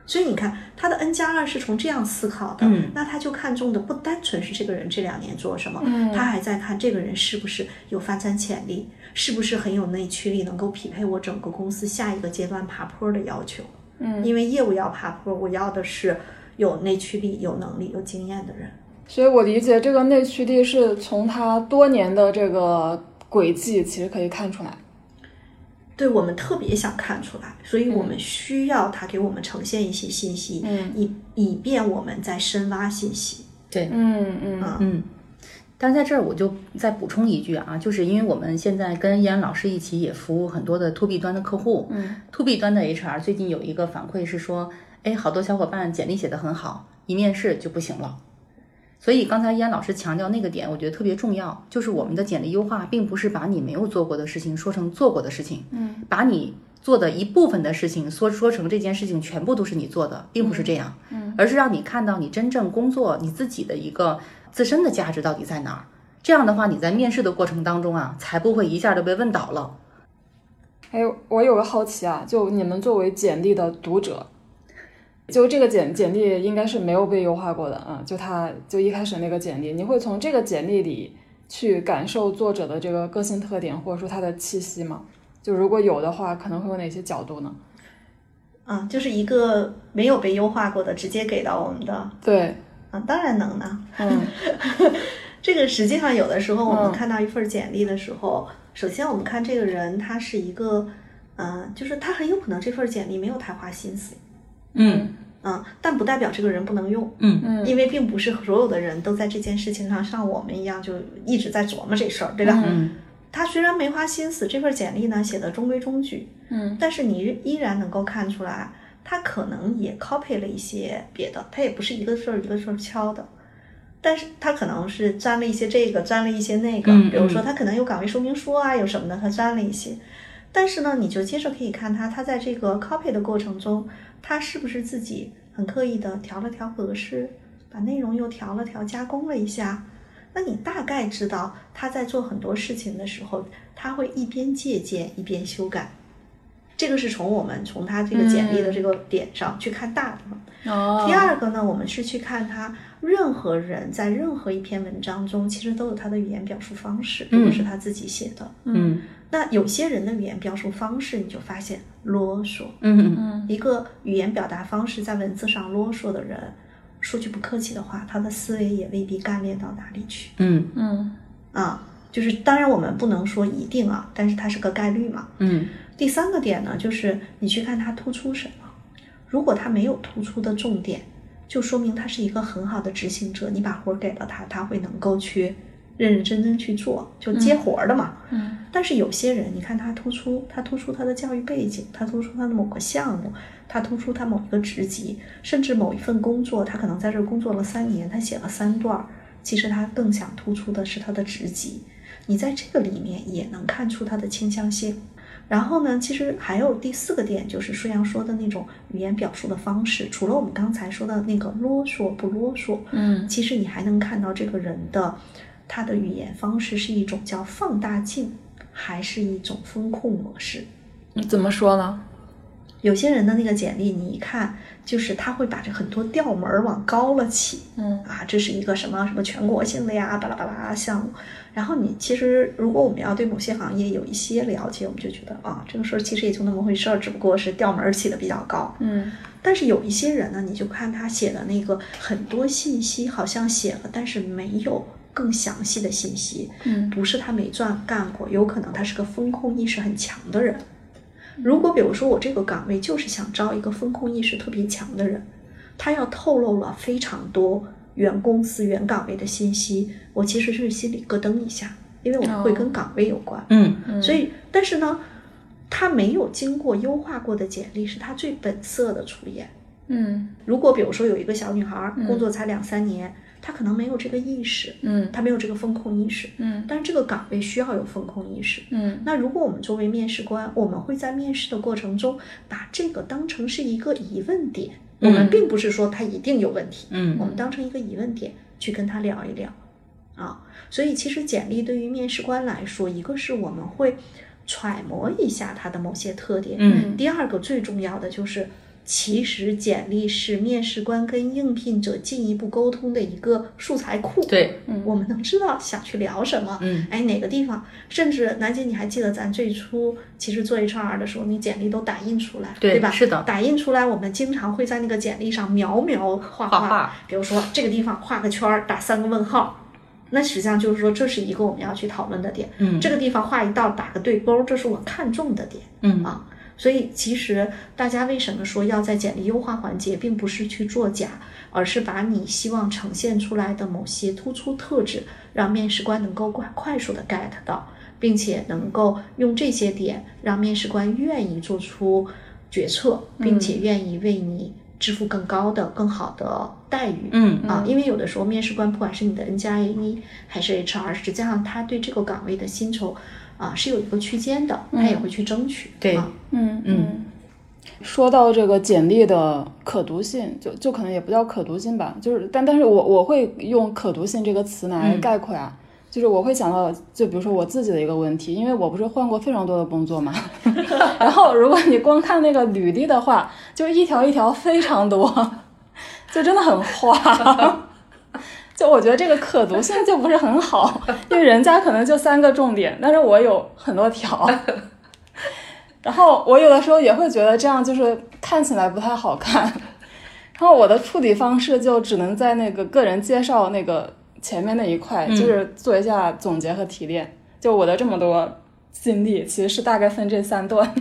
所以你看，他的 N 加二是从这样思考的，
嗯
那他就看重的不单纯是这个人这两年做什么，
嗯
他还在看这个人是不是有发展潜力，是不是很有内驱力，能够匹配我整个公司下一个阶段爬坡的要求。
嗯，
因为业务要爬坡，我要的是有内驱力、有能力、有经验的人。
所以我理解这个内驱力是从他多年的这个轨迹其实可以看出来。
对我们特别想看出来，所以我们需要他给我们呈现一些信息，
嗯
以以便我们再深挖信息。
嗯嗯
嗯。但是在这儿我就再补充一句啊，就是因为我们现在跟燕老师一起也服务很多的 to B 端的客户，
嗯
，to B 端的 HR 最近有一个反馈是说，哎，好多小伙伴简历写得很好，一面试就不行了。所以刚才依安老师强调那个点，我觉得特别重要，就是我们的简历优化并不是把你没有做过的事情说成做过的事情，嗯，把你做的一部分的事情说说成这件事情全部都是你做的，并不是这样，嗯，而是让你看到你真正工作你自己的一个自身的价值到底在哪儿。这样的话，你在面试的过程当中啊，才不会一下就被问倒了。
哎，我有个好奇啊，就你们作为简历的读者，就这个简简历应该是没有被优化过的啊，就它就一开始那个简历，你会从这个简历里去感受作者的这个个性特点，或者说他的气息吗？就如果有的话，可能会有哪些角度呢？
啊，就是一个没有被优化过的，直接给到我们的
对，
啊，当然能呢。
嗯
这个实际上有的时候我
嗯
们看到一份简历的时候，首先我们看这个人他是一个，呃，就是他很有可能这份简历没有太花心思，
嗯
嗯、但不代表这个人不能用，
嗯
嗯，
因为并不是所有的人都在这件事情上像我们一样就一直在琢磨这事儿，对吧？
嗯
他虽然没花心思，这份简历呢写的中规中矩，
嗯，
但是你依然能够看出来，他可能也 copy 了一些别的，他也不是一个字儿一个字儿敲的，但是他可能是沾了一些这个，沾了一些那个，
嗯
比如说
嗯
他可能有岗位说明书啊，有什么的，他沾了一些。但是呢，你就接着可以看他，他在这个 copy 的过程中，他是不是自己很刻意的调了调格式，把内容又调了调，加工了一下。那你大概知道他在做很多事情的时候，他会一边借鉴一边修改。这个是从我们从他这个简历的这个点上去看大的嘛。
嗯
哦
第二个呢，我们是去看他任何人在任何一篇文章中，其实都有他的语言表述方式，如果是他自己写的。
嗯
那有些人的语言表述方式，你就发现啰嗦。
嗯
一个语言表达方式在文字上啰嗦的人，说句不客气的话，他的思维也未必干练到哪里去
嗯
嗯
啊。就是当然我们不能说一定啊，但是它是个概率嘛。
嗯
第三个点呢，就是你去看它突出什么。如果它没有突出的重点，就说明他是一个很好的执行者。你把活儿给了他，他会能够去认认真真去做，就接活儿的嘛。
嗯
但是有些人，你看他突出，他突出他的教育背景，他突出他的某个项目，他突出他某一个职级，甚至某一份工作，他可能在这儿工作了三年，他写了三段儿，其实他更想突出的是他的职级。你在这个里面也能看出他的倾向性。然后呢，其实还有第四个点，就是舒阳说的那种语言表述的方式。除了我们刚才说的那个啰嗦不啰嗦，
嗯
其实你还能看到这个人的他的语言方式是一种叫放大镜，还是一种风控模式。
嗯，怎么说呢？
有些人的那个简历，你一看就是他会把这很多调门儿往高了起，
嗯
啊，这是一个什么什么全国性的呀，巴拉巴拉项目。然后你其实如果我们要对某些行业有一些了解，我们就觉得啊，这个事儿其实也就那么回事儿，只不过是调门儿起的比较高。
嗯
但是有一些人呢，你就看他写的那个很多信息，好像写了，但是没有更详细的信息。
嗯
不是他没赚干过，有可能他是个风控意识很强的人。如果比如说我这个岗位就是想招一个风控意识特别强的人，他要透露了非常多原公司原岗位的信息，我其实是心里咯噔一下，因为我会
哦
跟岗位有关。
嗯
嗯，
所以，但是呢，他没有经过优化过的简历是他最本色的出演。
嗯
如果比如说有一个小女孩儿
嗯
工作才两三年，她可能没有这个意识，
嗯
她没有这个风控意识，
嗯
但是这个岗位需要有风控意识。
嗯
那如果我们作为面试官，我们会在面试的过程中把这个当成是一个疑问点，我
嗯
们并不是说他一定有问题，我
嗯
们当成一个疑问点去跟他聊一聊啊。所以其实简历对于面试官来说，一个是我们会揣摩一下他的某些特点，
嗯
第二个最重要的就是，其实简历是面试官跟应聘者进一步沟通的一个素材库。
对，
我们能知道想去聊什么，
嗯，
哎，哪个地方，甚至楠姐，你还记得咱最初其实做 HR 的时候，你简历都打印出来，
对
吧？
是的
打印出来，我们经常会在那个简历上描描画
画画
比如说这个地方画个圈儿，打三个问号。那实际上就是说，这是一个我们要去讨论的点。
嗯
这个地方画一道，打个对勾，这是我看中的点。
嗯
啊，所以其实大家为什么说要在简历优化环节，并不是去作假，而是把你希望呈现出来的某些突出特质，让面试官能够快快速的 get 到，并且能够用这
嗯
些点让面试官愿意做出决策，并且愿意为你支付更高的、更好的待遇。
嗯
啊，因为有的时候面试官不管是你的 N 加 A 一还是 HR，实际上他对这个岗位的薪酬啊是有一个区间的，他也会去争取。
嗯对
啊
嗯嗯。说到这个简历的可读性，就就可能也不叫可读性吧，就是但但是我我会用可读性这个词来概括啊，就是我会想到，就比如说我自己的一个问题，因为我不是换过非常多的工作嘛， 然后如果你光看那个履历的话，就一条一条非常多， 就真的很花。 就我觉得这个可读性就不是很好，因为人家可能就三个重点，但是我有很多条。然后我有的时候也会觉得这样就是看起来不太好看， 然后我的处理方式就只能在那个个人介绍那个前面那一块，就是做一下总结和提炼。就我的这么多经历，其实是大概分这三段。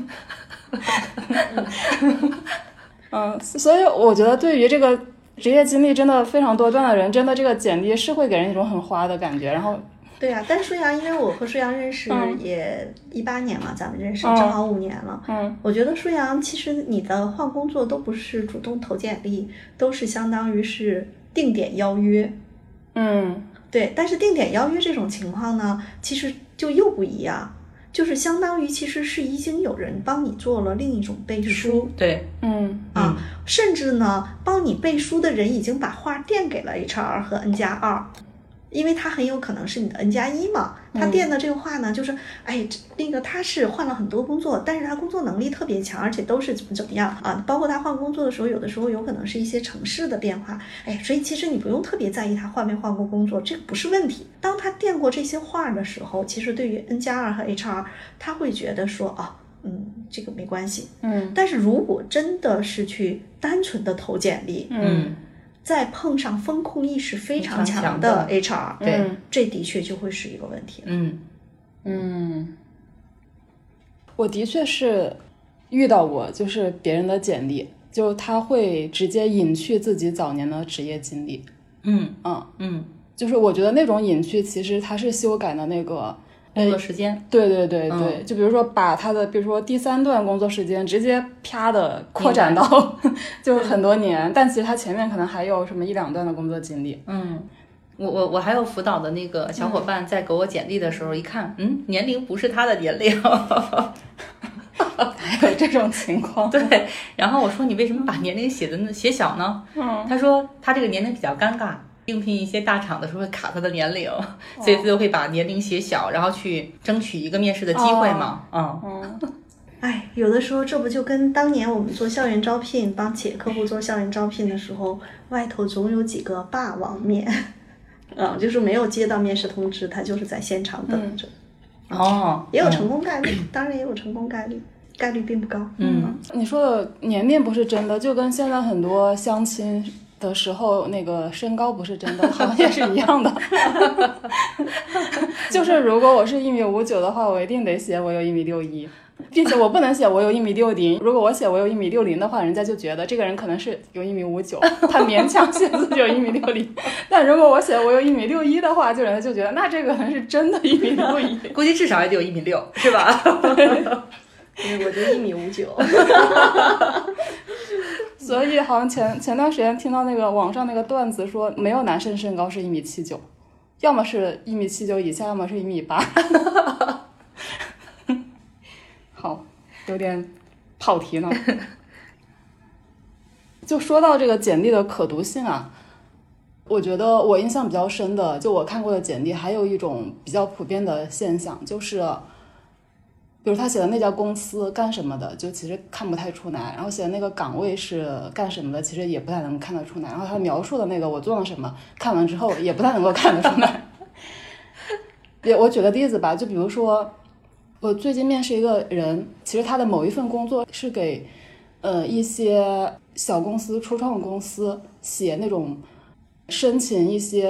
嗯，所以我觉得对于这个职业经历真的非常多段的人，真的这个简历是会给人一种很花的感觉。然后，
对啊，但舒阳，因为我和舒阳认识
嗯
也一八年嘛，咱们认识
嗯
正好五年了。
嗯，
我觉得舒阳，其实你的换工作都不是主动投简历，都是相当于是定点邀约。
嗯
对，但是定点邀约这种情况呢，其实就又不一样，就是相当于其实是已经有人帮你做了另一种背书，
对，
嗯
啊，甚至呢，帮你背书的人已经把话垫给了 HR 和 N 加二。因为他很有可能是你的 N 加一嘛，他垫的这个话呢，就是，哎，这那个他是换了很多工作，但是他工作能力特别强，而且都是怎么怎么样啊，包括他换工作的时候，有的时候有可能是一些城市的变化，哎，所以其实你不用特别在意他换没换过工作，这个不是问题。当他垫过这些话的时候，其实对于 N 加二和 HR，他会觉得说啊，嗯，这个没关系，
嗯
但是如果真的是去单纯的投简历，
嗯，
再碰上风控意识非常
非常强
强
的
的 HR，
对
这的确就会是一个问题了。
嗯
嗯，我的确是遇到过，就是别人的简历，就他会直接隐去自己早年的职业经历。
嗯
嗯，
嗯，
就是我觉得那种隐去，其实它是修改的那个，呃
工作时间
对对对对，就比如说把他的，比如说第三段工作时间直接啪的扩展到 就很多年，但其实他前面可能还有什么一两段的工作经历。
我我我还有辅导的那个小伙伴在给我简历的时候，一看，嗯，年龄不是他的年龄，
还有这种情况，
对。 然后我说你为什么把年龄写的那写小呢？嗯，他说他这个年龄比较尴尬，应聘一些大厂的时候会卡他的年龄，所以他就会把年龄写小，然后去争取一个面试的机会嘛。嗯，
哎，有的时候这不就跟当年我们做校园招聘，帮企业客户做校园招聘的时候，外头总有几个霸王面， 嗯，就是没有接到面试通知，他就是在现场等着，
哦，
也有成功概率，当然也有成功概率，概率并不高。嗯，
你说的年龄不是真的，就跟现在很多相亲的时候那个身高不是真的，好像也是一样的。 就是如果我是一米五九的话，我一定得写我有一米六一，并且我不能写我有一米六零。如果我写我有一米六零的话，人家就觉得这个人可能是有一米五九，他勉强写自己有一米六零。 但如果我写我有一米六一的话，就人家就觉得那这个人是真的一米六一。
嗯估计至少也得有一米六，是吧？
因为我 就一米五九。
所以好像前前段时间听到那个网上那个段子说，没有男生身高是一米七九，要么是一米七九以下，要么是一米八。好，有点跑题了。就说到这个简历的可读性啊，我觉得我印象比较深的，就我看过的简历，还有一种比较普遍的现象，就是比如他写的那家公司干什么的，就其实看不太出来；然后写的那个岗位是干什么的，其实也不太能看得出来；然后他描述的那个我做了什么，看完之后也不太能够看得出来。也我举个例子吧，就比如说我最近面试一个人，其实他的某一份工作是给呃一些小公司、初创公司写那种。申请一些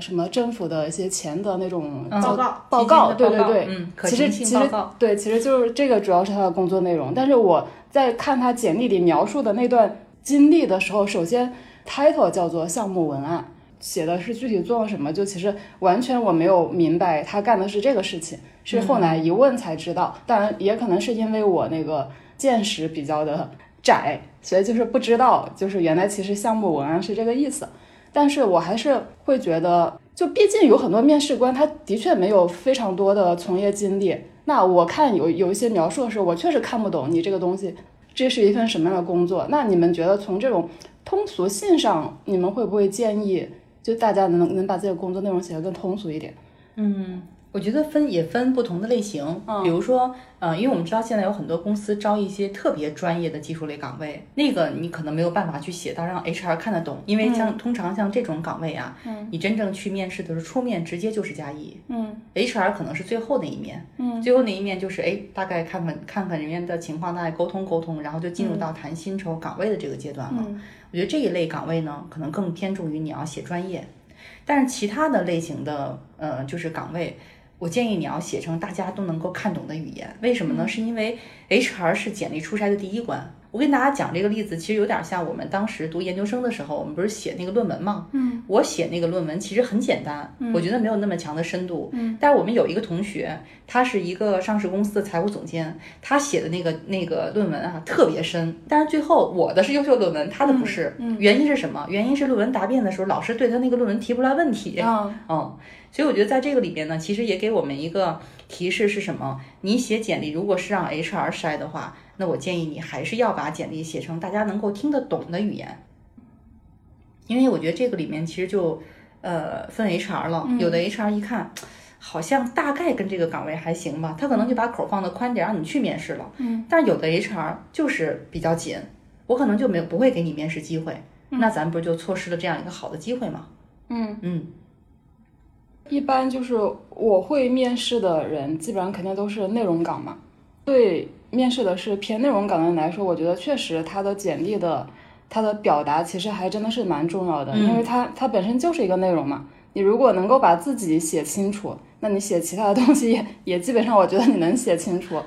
什么政府的一些钱的那种
嗯
叫
报告
报告，
基金的
对对
报告
对，
嗯，可
其实
行
其
性报
实
告，
对，其实就是这个主要是他的工作内容。但是我在看他简历里描述的那段经历的时候，首先 title 叫做项目文案，写的是具体做了什么，就其实完全我没有明白他干的是这个事情，
嗯
是后来一问才知道。当然也可能是因为我那个见识比较的窄，所以就是不知道，就是原来其实项目文案是这个意思。但是我还是会觉得，就毕竟有很多面试官，他的确没有非常多的从业经历。那我看有有一些描述的时候，我确实看不懂你这个东西，这是一份什么样的工作？那你们觉得从这种通俗性上，你们会不会建议，就大家能能把自己的工作内容写得更通俗一点？
嗯，我觉得分也分不同的类型，比如说，呃，因为我们知道现在有很多公司招一些特别专业的技术类岗位，那个你可能没有办法去写到让 HR 看得懂，因为像、通常像这种岗位啊，你真正去面试的时候，出面直接就是加一，嗯，HR 可能是最后那一面，嗯，最后那一面就是哎，大概看看看看人员的情况，大概沟通沟通，然后就进入到谈薪酬岗位的这个阶段了。我觉得这一类岗位呢，可能更偏重于你要写专业。但是其他的类型的呃，就是岗位，我建议你要写成大家都能够看懂的语言。为什么呢？是因为 HR 是简历初筛的第一关。我跟大家讲这个例子，其实有点像我们当时读研究生的时候，我们不是写那个论文嘛？嗯，我写那个论文其实很简单，我觉得没有那么强的深度。嗯，但是我们有一个同学，他是一个上市公司的财务总监，他写的那个那个论文啊特别深，但是最后我的是优秀论文，他的不是。原因是什么？原因是论文答辩的时候，老师对他那个论文提不来问题。
嗯
嗯，所以我觉得在这个里边呢，其实也给我们一个提示是什么？你写简历如果是让 HR 筛的话，那我建议你还是要把简历写成大家能够听得懂的语言，因为我觉得这个里面其实就呃分 HR 了，有的 HR 一看。好像大概跟这个岗位还行吧，他可能就把口放的宽点，让你去面试了。嗯，但有的 HR 就是比较紧，我可能就没有不会给你面试机会，那咱不就错失了这样一个好的机会吗？嗯嗯，
一般就是我会面试的人，基本上肯定都是内容岗嘛。对面试的是偏内容岗的人来说，我觉得确实他的简历的他的表达其实还真的是蛮重要的，因为他他本身就是一个内容嘛。你如果能够把自己写清楚，那你写其他的东西也也基本上，我觉得你能写清楚。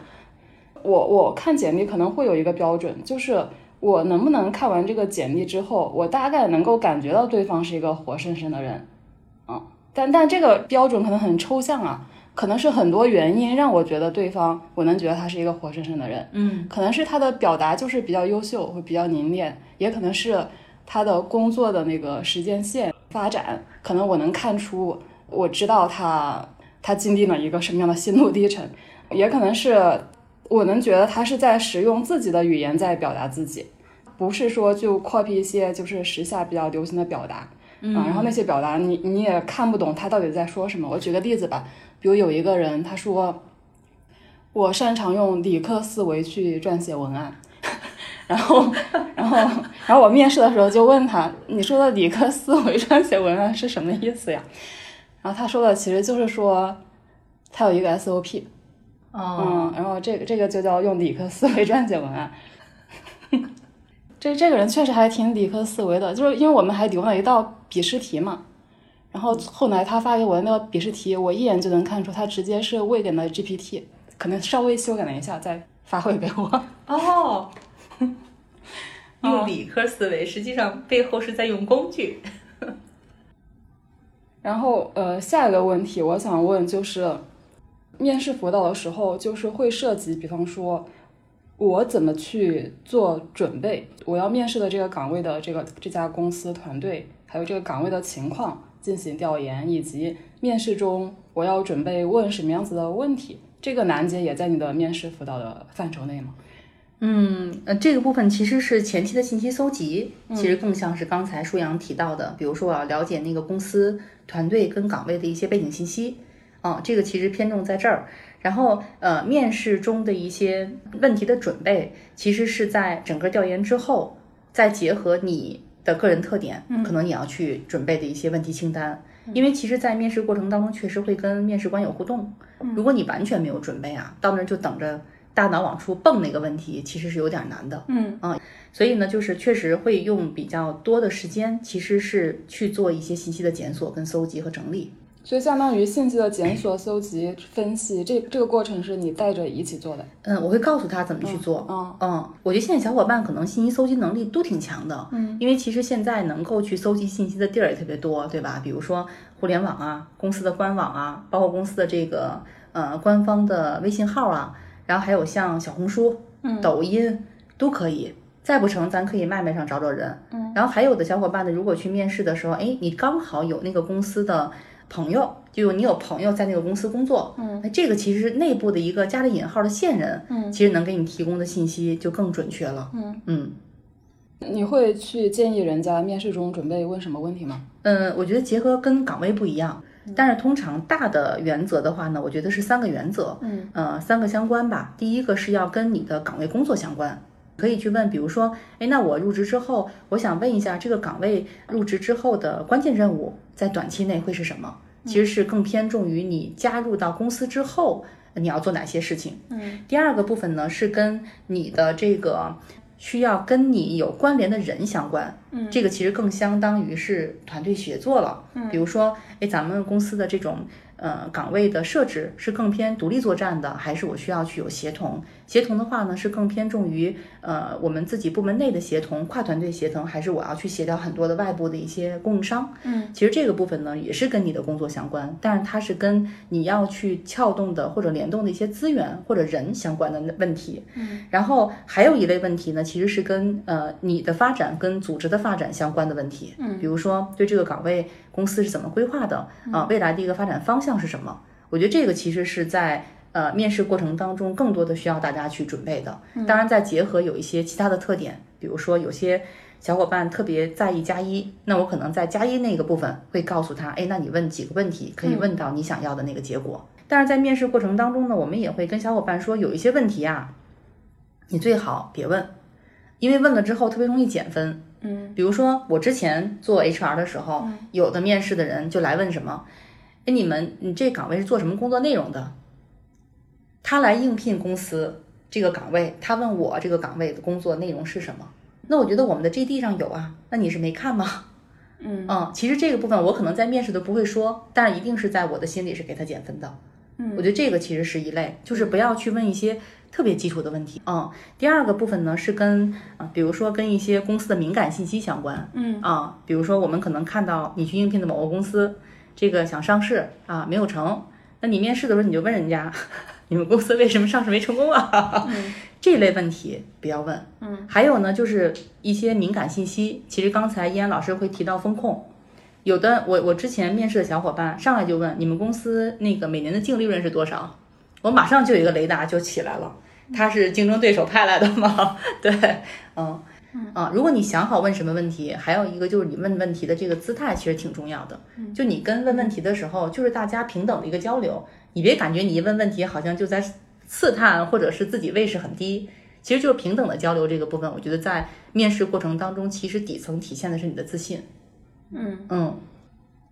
我我看简历可能会有一个标准，就是我能不能看完这个简历之后，我大概能够感觉到对方是一个活生生的人。但但这个标准可能很抽象啊，可能是很多原因让我觉得对方，我能觉得他是一个活生生的人，嗯，可能是他的表达就是比较优秀，会比较凝练，也可能是他的工作的那个时间线发展，可能我能看出，我知道他他经历了一个什么样的心路历程，也可能是我能觉得他是在使用自己的语言在表达自己，不是说就 copy 一些就是时下比较流行的表达，啊，然后那些表达你你也看不懂他到底在说什么。我举个例子吧，比如有一个人他说，我擅长用理科思维去撰写文案， 然后然后然后我面试的时候就问他，你说的理科思维撰写文案是什么意思呀？然后他说的其实就是说，他有一个 SOP，
哦，
嗯，然后这个这个就叫用理科思维撰写文案。这这个人确实还挺理科思维的，就是因为我们还留了一道笔试题嘛。然后后来他发给我的那个笔试题，我一眼就能看出他直接是喂给了 GPT，可能稍微修改了一下再发回给我。
哦， 用理科思维，实际上背后是在用工具。
然后呃，下一个问题我想问就是，面试辅导的时候，就是会涉及，比方说我怎么去做准备，我要面试的这个岗位的这个这家公司团队，还有这个岗位的情况进行调研，以及面试中我要准备问什么样子的问题，这个难节也在你的面试辅导的范畴内吗？
嗯，呃，这个部分其实是前期的信息搜集，其实更像是刚才舒阳提到的，比如说我要了解那个公司团队跟岗位的一些背景信息，啊，这个其实偏重在这儿。然后，呃，面试中的一些问题的准备，其实是在整个调研之后，再结合你的个人特点，可能你要去准备的一些问题清单。因为其实，在面试过程当中，确实会跟面试官有互动。如果你完全没有准备啊，到那儿就等着大脑往出蹦那个问题，其实是有点难的。
嗯
所以呢，就是确实会用比较多的时间，其实是去做一些信息的检索、跟搜集和整理。
所以相当于信息的检索、搜集、分析，这这个过程是你带着一起做的。
嗯，我会告诉他怎么去做。
嗯
嗯，我觉得现在小伙伴可能信息搜集能力都挺强的，嗯，因为其实现在能够去搜集信息的地儿也特别多，对吧？比如说互联网啊，公司的官网啊，包括公司的这个呃官
嗯
方的微信号啊，然后还有像小红书、抖音都可以。再不成，咱可以麦麦上找找人。嗯，然后还有的小伙伴呢，如果去面试的时候，哎，你刚好有那个公司的朋友，就你有朋友在那个公司工作，嗯，那这个其实内部的一个加了引号的线人，嗯，其实能给你提供的信息就更准确了。嗯嗯，
你会去建议人家面试中准备问什么问题吗？
嗯，我觉得结合跟岗位不一样。但是通常大的原则的话呢，我觉得是三个原则，嗯，呃，三个相关吧。第一个是要跟你的岗位工作相关，可以去问，比如说，哎，那我入职之后，我想问一下这个岗位入职之后的关键任务，在短期内会是什么？其实是更偏重于你加入到公司之后你要做哪些事情。嗯，第二个部分呢是跟你的这个。需要跟你有关联的人相关，嗯，这个其实更相当于是团队协作了，嗯，比如说，哎，咱们公司的这种呃岗位的设置是更偏独立作战的，还是我需要去有协同？协同的话呢，是更偏重于呃我们自己部门内的协同、跨团队协同，还是我要去协调很多的外部的一些供应商？嗯，其实这个部分呢也是跟你的工作相关，但是它是跟你要去撬动的或者联动的一些资源或者人相关的问题。嗯，然后还有一类问题呢。其实是跟呃你的发展跟组织的发展相关的问题，嗯，比如说对这个岗位公司是怎么规划的啊，未来的一个发展方向是什么？我觉得这个其实是在呃面试过程当中更多的需要大家去准备的。当然，再结合有一些其他的特点，比如说有些小伙伴特别在意加一，那我可能在加一那个部分会告诉他，哎，那你问几个问题可以问到你想要的那个结果。但是在面试过程当中呢，我们也会跟小伙伴说，有一些问题啊，你最好别问。因为问了之后特别容易减分，嗯，比如说我之前做 HR 的时候，嗯、有的面试的人就来问什么，哎，你们你这岗位是做什么工作内容的？他来应聘公司这个岗位，他问我这个岗位的工作内容是什么？那我觉得我们的 GD 上有啊，那你是没看吗？嗯嗯，其实这个部分我可能在面试都不会说，但是一定是在我的心里是给他减分的。嗯，我觉得这个其实是一类，就是不要去问一些特别基础的问题啊、嗯。第二个部分呢是跟啊，比如说跟一些公司的敏感信息相关，嗯啊，比如说我们可能看到你去应聘的某个公司，这个想上市啊没有成，那你面试的时候你就问人家， 你们公司为什么上市没成功啊？嗯、 这类问题不要问。嗯，还有呢就是一些敏感信息，其实刚才依然老师会提到风控。有的我我之前面试的小伙伴上来就问你们公司那个每年的净利润是多少，我马上就有一个雷达就起来了，他是竞争对手派来的吗？ 对，嗯啊，如果你想好问什么问题，还有一个就是你问问题的这个姿态其实挺重要的，就你跟问问题的时候，就是大家平等的一个交流，你别感觉你一问问题好像就在刺探或者是自己位置很低，其实就是平等的交流这个部分，我觉得在面试过程当中，其实底层体现的是你的自信。嗯嗯，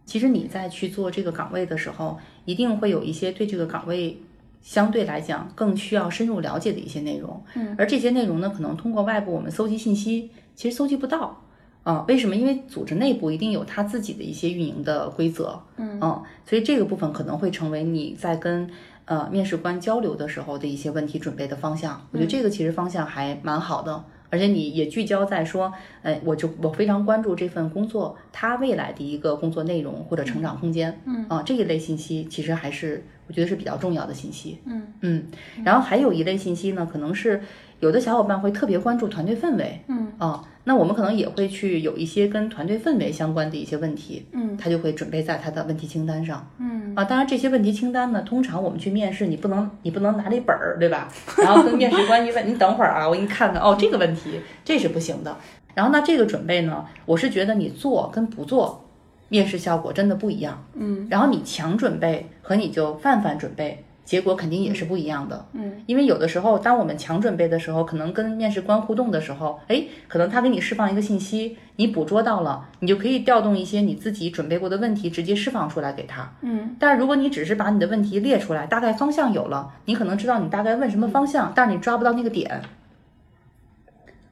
其实你在去做这个岗位的时候，一定会有一些对这个岗位相对来讲更需要深入了解的一些内容。嗯，而这些内容呢，可能通过外部我们搜集信息，其实搜集不到啊。为什么？因为组织内部一定有他自己的一些运营的规则。嗯嗯，所以这个部分可能会成为你在跟呃面试官交流的时候的一些问题准备的方向。我觉得这个其实方向还蛮好的。而且你也聚焦在说，哎，我就我非常关注这份工作，它未来的一个工作内容或者成长空间，嗯啊这一类信息其实还是我觉得是比较重要的信息，嗯嗯。然后还有一类信息呢，可能是有的小伙伴会特别关注团队氛围，嗯啊，那我们可能也会去有一些跟团队氛围相关的一些问题，嗯，他就会准备在他的问题清单上，嗯啊，当然这些问题清单呢，通常我们去面试，你不能你不能拿着本儿，对吧？然后跟面试官一问，你等会儿啊，我给你看看哦，这个问题。这是不行的。然后那这个准备呢，我是觉得你做跟不做，面试效果真的不一样。嗯，然后你强准备和你就泛泛准备，结果肯定也是不一样的。嗯，因为有的时候，当我们强准备的时候，可能跟面试官互动的时候，哎，可能他给你释放一个信息，你捕捉到了，你就可以调动一些你自己准备过的问题，直接释放出来给他。嗯，但如果你只是把你的问题列出来，大概方向有了，你可能知道你大概问什么方向，但是你抓不到那个点。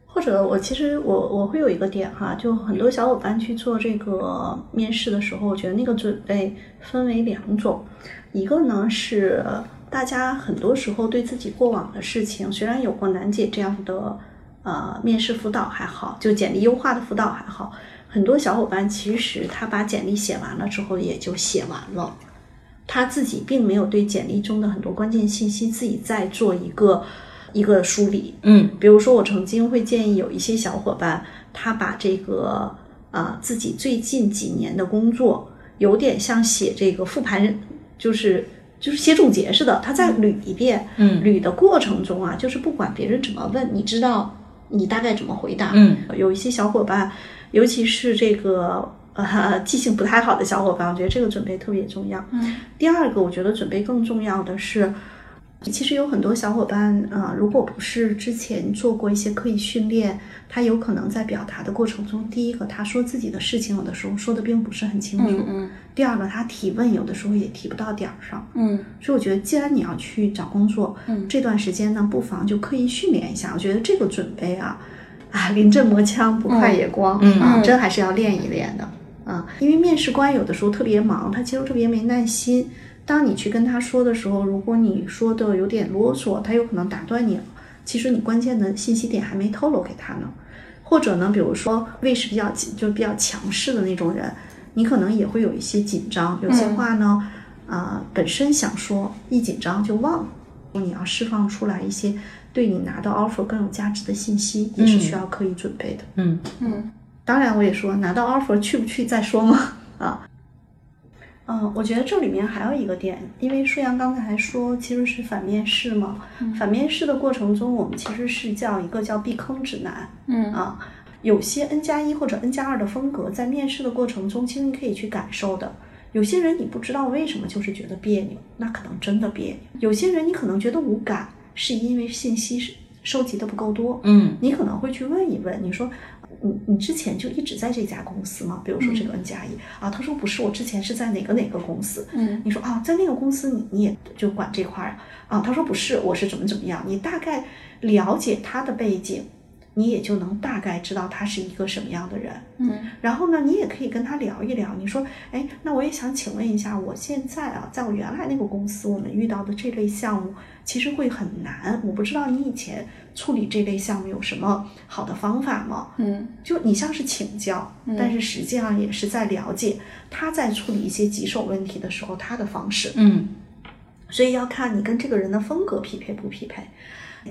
或者我其实我我会有一个点哈，就很多小伙伴去做这个面试的时候，我觉得那个准备分为两种，一个呢是大家很多时候对自己过往的事情，虽然有过楠姐这样的呃面试辅导还好，就简历优化的辅导还好，很多小伙伴其实他把简历写完了之后也就写完了，他自己并没有对简历中的很多关键信息自己再做一个。一个梳理。
嗯，
比如说我曾经会建议有一些小伙伴，他把这个啊、呃自己最近几年的工作，有点像写这个复盘，就是。就是写总结似的，他再捋一遍，
嗯
捋的过程中啊，就是不管别人怎么问，你知道你大概怎么回答，
嗯，
有一些小伙伴，尤其是这个呃 记性不太好的小伙伴，我觉得这个准备特别重要。
嗯，
第二个，我觉得准备更重要的是，其实有很多小伙伴啊、呃如果不是之前做过一些刻意训练，他有可能在表达的过程中，第一个他说自己的事情有的时候说的并不是很清楚，
嗯
第二个他提问有的时候也提不到点儿上。
嗯
所以我觉得，既然你要去找工作，
嗯
这段时间呢，不妨就刻意训练一下。我觉得这个准备啊，啊，临阵磨枪，不快也光，
嗯
啊，
嗯
真还是要练一练的啊。因为面试官有的时候特别忙，他其实特别没耐心。当你去跟他说的时候，如果你说的有点啰嗦，他有可能打断你了。其实你关键的信息点还没透露给他呢。或者呢，比如说胃是比较紧，就比较强势的那种人，你可能也会有一些紧张，有些话呢，啊、本身想说，一紧张就忘了。你要释放出来一些对你拿到 offer 更有价值的信息，也是需要刻意准备的。
嗯
嗯
当然，我也说拿到 offer 去不去再说嘛，啊。嗯，我觉得这里面还有一个点，因为舒阳刚才还说其实是反面试嘛，反面试的过程中，我们其实是叫一个叫避坑指南，
嗯
啊，有些 N 加一或者 N 加二的风格，在面试的过程中，其实你可以去感受的。有些人你不知道为什么，就是觉得别扭，那可能真的别扭；有些人你可能觉得无感，是因为信息是收集的不够多。
嗯
你可能会去问一问，你说，呃你你之前就一直在这家公司吗？比如说这个 N 加一啊，他说不是，我之前是在哪个哪个公司。
嗯
你说啊，在那个公司你你也就管这块儿啊？他说不是，我是怎么怎么样。你大概了解他的背景，你也就能大概知道他是一个什么样的人。
嗯
然后呢，你也可以跟他聊一聊，你说，哎，那我也想请问一下，我现在啊，在我原来那个公司，我们遇到的这类项目其实会很难，我不知道你以前处理这类项目有什么好的方法吗？
嗯
就你像是请教，但是实际上也是在了解他在处理一些棘手问题的时候他的方式，
嗯
所以要看你跟这个人的风格匹配不匹配。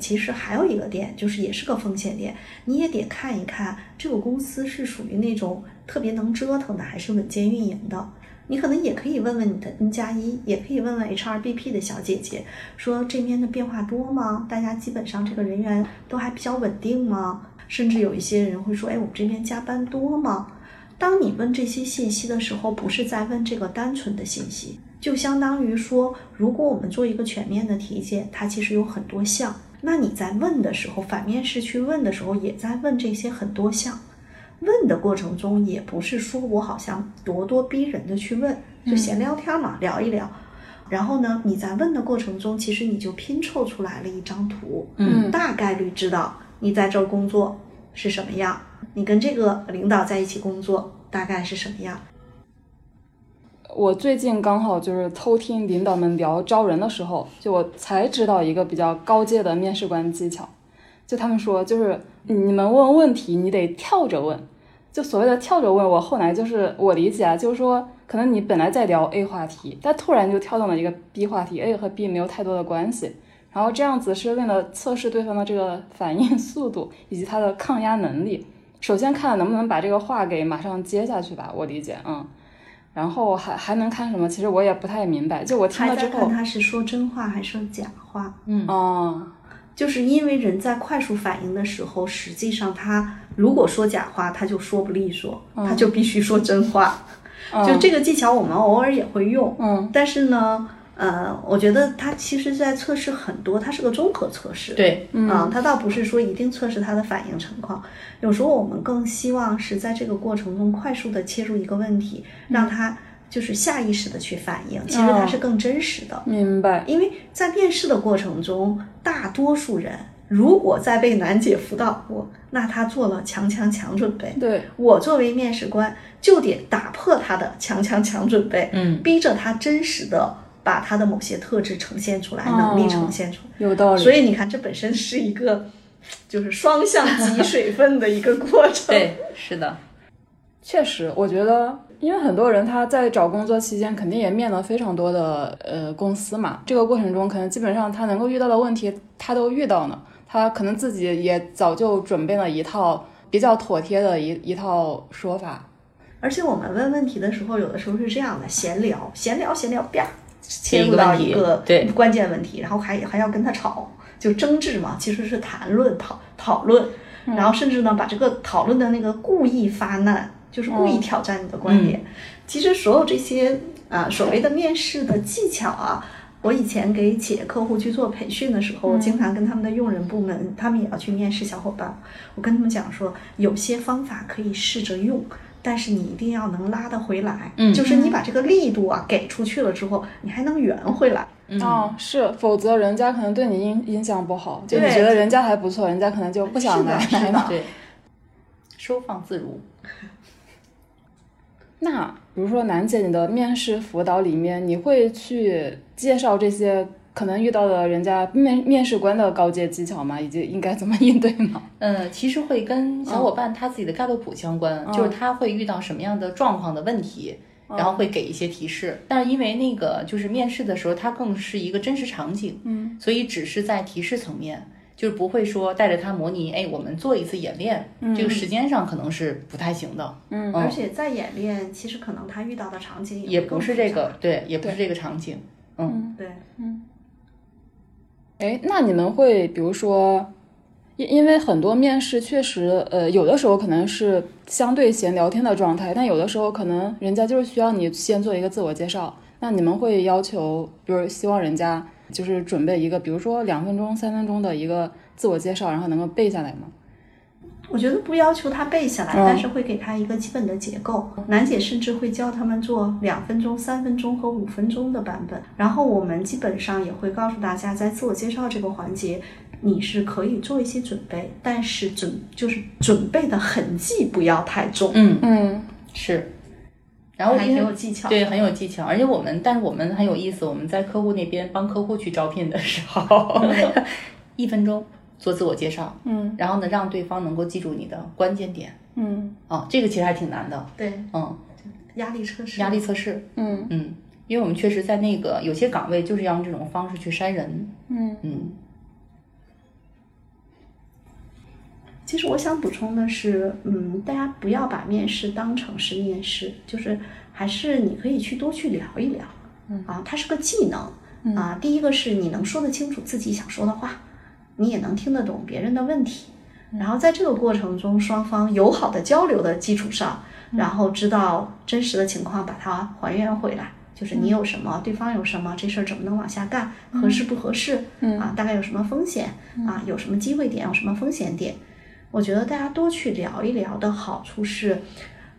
其实还有一个点，就是也是个风险点，你也得看一看这个公司是属于那种特别能折腾的，还是稳健运营的。你可能也可以问问你的 N 加一，也可以问问 HRBP 的小姐姐，说这边的变化多吗？大家基本上这个人员都还比较稳定吗？甚至有一些人会说，哎，我们这边加班多吗？当你问这些信息的时候，不是在问这个单纯的信息，就相当于说，如果我们做一个全面的体检，它其实有很多项。那你在问的时候，反面是去问的时候，也在问这些很多项。问的过程中，也不是说我好像咄咄逼人的去问，
嗯
就闲聊天嘛，聊一聊。然后呢，你在问的过程中，其实你就拼凑出来了一张图，
嗯
大概率知道你在这儿工作是什么样，你跟这个领导在一起工作大概是什么样。
我最近刚好就是偷听领导们聊招人的时候，就我才知道一个比较高阶的面试官技巧，就他们说就是你们问问题，你得跳着问，就所谓的跳着问，我后来就是我理解啊，就是说可能你本来在聊 A 话题，但突然就跳到了一个 B 话题，A 和 B 没有太多的关系，然后这样子是为了测试对方的这个反应速度以及他的抗压能力。首先看能不能把这个话给马上接下去吧，我理解，嗯。然后还还能看什么？其实我也不太明白。就我听
还
了之
在看
后，
他是说真话还是说假话，
哦，
就是因为人在快速反应的时候，实际上他如果说假话，他就说不利索，他就必须说真话。就这个技巧，我们偶尔也会用，
嗯，
但是呢。呃，我觉得它其实在测试很多，它是个综合测试。
对，
啊，它倒不是说一定测试它的反应情况，有时候我们更希望是在这个过程中快速的切入一个问题，让它就是下意识的去反应，其实它是更真实的。
明白。
因为在面试的过程中，大多数人如果在被楠姐辅导过，那他做了强强强准备。
对，
我作为面试官，就得打破他的强强强准备，
嗯
逼着他真实的把他的某些特质呈现出来，能力呈现出来。
有道理。
所以你看，这本身是一个就是双向挤水分的一个过程。
对，是的，
确实，我觉得，因为很多人他在找工作期间，肯定也面了非常多的呃公司嘛。这个过程中，可能基本上他能够遇到的问题，他都遇到了。他可能自己也早就准备了一套比较妥帖的一一套说法。
而且我们问问题的时候，有的时候是这样的，闲聊，闲聊，闲聊，啪，
一
切
个
入到
问题
一个
对
关键问题，然后还还要跟他吵，就争执嘛，其实是谈论讨讨论，
嗯
然后甚至呢把这个讨论的那个故意发难，就是故
嗯
意挑战你的观点。其实所有这些啊所谓的面试的技巧啊。我以前给企业客户去做培训的时
嗯
候，我经常跟他们的用人部门，他们也要去面试小伙伴。我跟他们讲说，有些方法可以试着用，但是你一定要能拉得回来。
嗯
就是你把这个力度啊给出去了之后，你还能圆回来。
哦，是，否则人家可能对你印印象不好，就你
对
觉得人家还不错，人家可能就不想
是的
来
是的
对，收放自如。
那比如说楠姐，你的面试辅导里面，你会去介绍这些可能遇到的人家面面试官的高阶技巧吗？以及应该怎么应对吗？
呃，其实会跟小伙伴他自己的盖洛普相关，就是他会遇到什么样的状况的问题，然后会给一些提示。但是因为那个就是面试的时候，它更是一个真实场景，嗯，所以只是在提示层面，就是不会说带着他模拟，哎，我们做一次演练，这个时间上可能是不太行的，嗯，
而且在演练，其实可能他遇到的场景
也
会更
不是这
复杂
个，对，也不是这个场景，嗯，
对。
哎，那你们会比如说，因因为很多面试确实，呃，有的时候可能是相对闲聊天的状态，但有的时候可能人家就是需要你先做一个自我介绍。那你们会要求，比如希望人家就是准备一个，比如说两分钟、三分钟的一个自我介绍，然后能够背下来吗？
我觉得不要求他背下来，但是会给他一个基本的结构。楠姐甚至会教他们做两分钟、三分钟和五分钟的版本。然后我们基本上也会告诉大家，在自我介绍这个环节，你是可以做一些准备，但是准就是准备的痕迹不要太重，
嗯，
是。然后
还
因
挺
为
有技巧。
对，很有技巧。而且我们，但是我们很有意思，我们在客户那边帮客户去招聘的时候，
嗯
一分钟做自我介绍，嗯，然后呢，让对方能够记住你的关键点，嗯，哦，这个其实还挺难的，
对，
嗯，
压力测试，
压力测试，嗯嗯，因为我们确实在那个有些岗位就是要用这种方式去筛人，嗯嗯，
其实我想补充的是，嗯，大家不要把面试当成是面试，就是还是你可以去多去聊一聊，嗯啊，它是个技能、啊。第一个是你能说得清楚自己想说的话，你也能听得懂别人的问题，然后在这个过程中，双方友好的交流的基础上，然后知道真实的情况，把它还原回来。就是你有什么，对方有什么，这事儿怎么能往下干，合适不合适，啊，大概有什么风险，啊，有什么机会点，有什么风险点，我觉得大家多去聊一聊的好处是，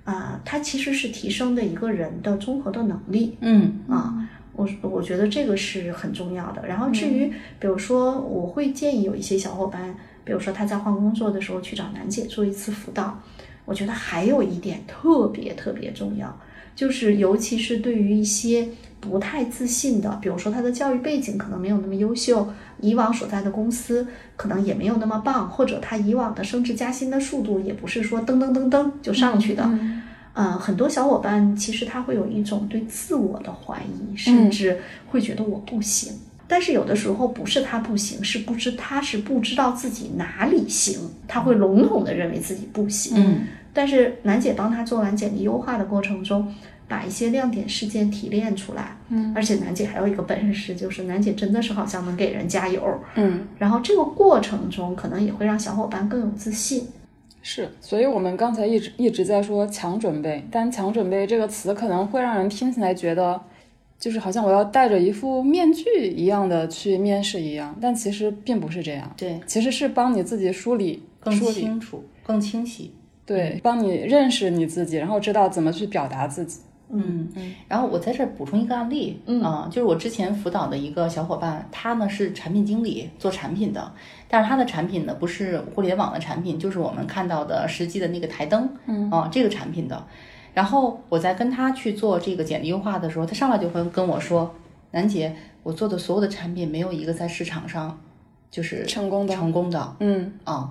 啊、它其实是提升的一个人的综合的能力
嗯
啊。我我觉得这个是很重要的。然后至于，比如说，我会建议有一些小伙伴，比如说他在换工作的时候去找楠姐做一次辅导。我觉得还有一点特别特别重要，就是尤其是对于一些不太自信的，比如说他的教育背景可能没有那么优秀，以往所在的公司可能也没有那么棒，或者他以往的升职加薪的速度也不是说噔噔噔噔就上去的。嗯很多小伙伴其实他会有一种对自我的怀疑，甚至会觉得我不行。但是有的时候不是他不行，是不知他是不知道自己哪里行，他会笼统的认为自己不行。
嗯，
但是楠姐帮他做完简历优化的过程中，把一些亮点事件提炼出来。嗯，而且楠姐还有一个本事，就是楠姐真的是好像能给人加油。
嗯，
然后这个过程中可能也会让小伙伴更有自信。
是，所以我们刚才一直一直在说强准备，但强准备这个词可能会让人听起来觉得，就是好像我要戴着一副面具一样的去面试一样，但其实并不是这样。
对，啊
其实是帮你自己梳理、
更
梳理，
清楚，更清晰。
对，帮你认识你自己，然后知道怎么去表达自己。
嗯然后我在这儿补充一个案例，嗯、就是我之前辅导的一个小伙伴，他呢是产品经理，做产品的，但是他的产品呢不是互联网的产品，就是我们看到的实际的那个台灯，嗯，啊、这个产品的。然后我在跟他去做这个简历优化的时候，他上来就会跟我说：“楠姐，我做的所有的产品没有一个在市场上就是
成功的
成功的，
嗯，
啊、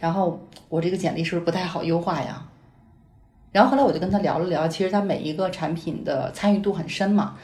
然后我这个简历是不是不太好优化呀？然后后来我就跟他聊了聊，其实他每一个产品的参与度很深嘛。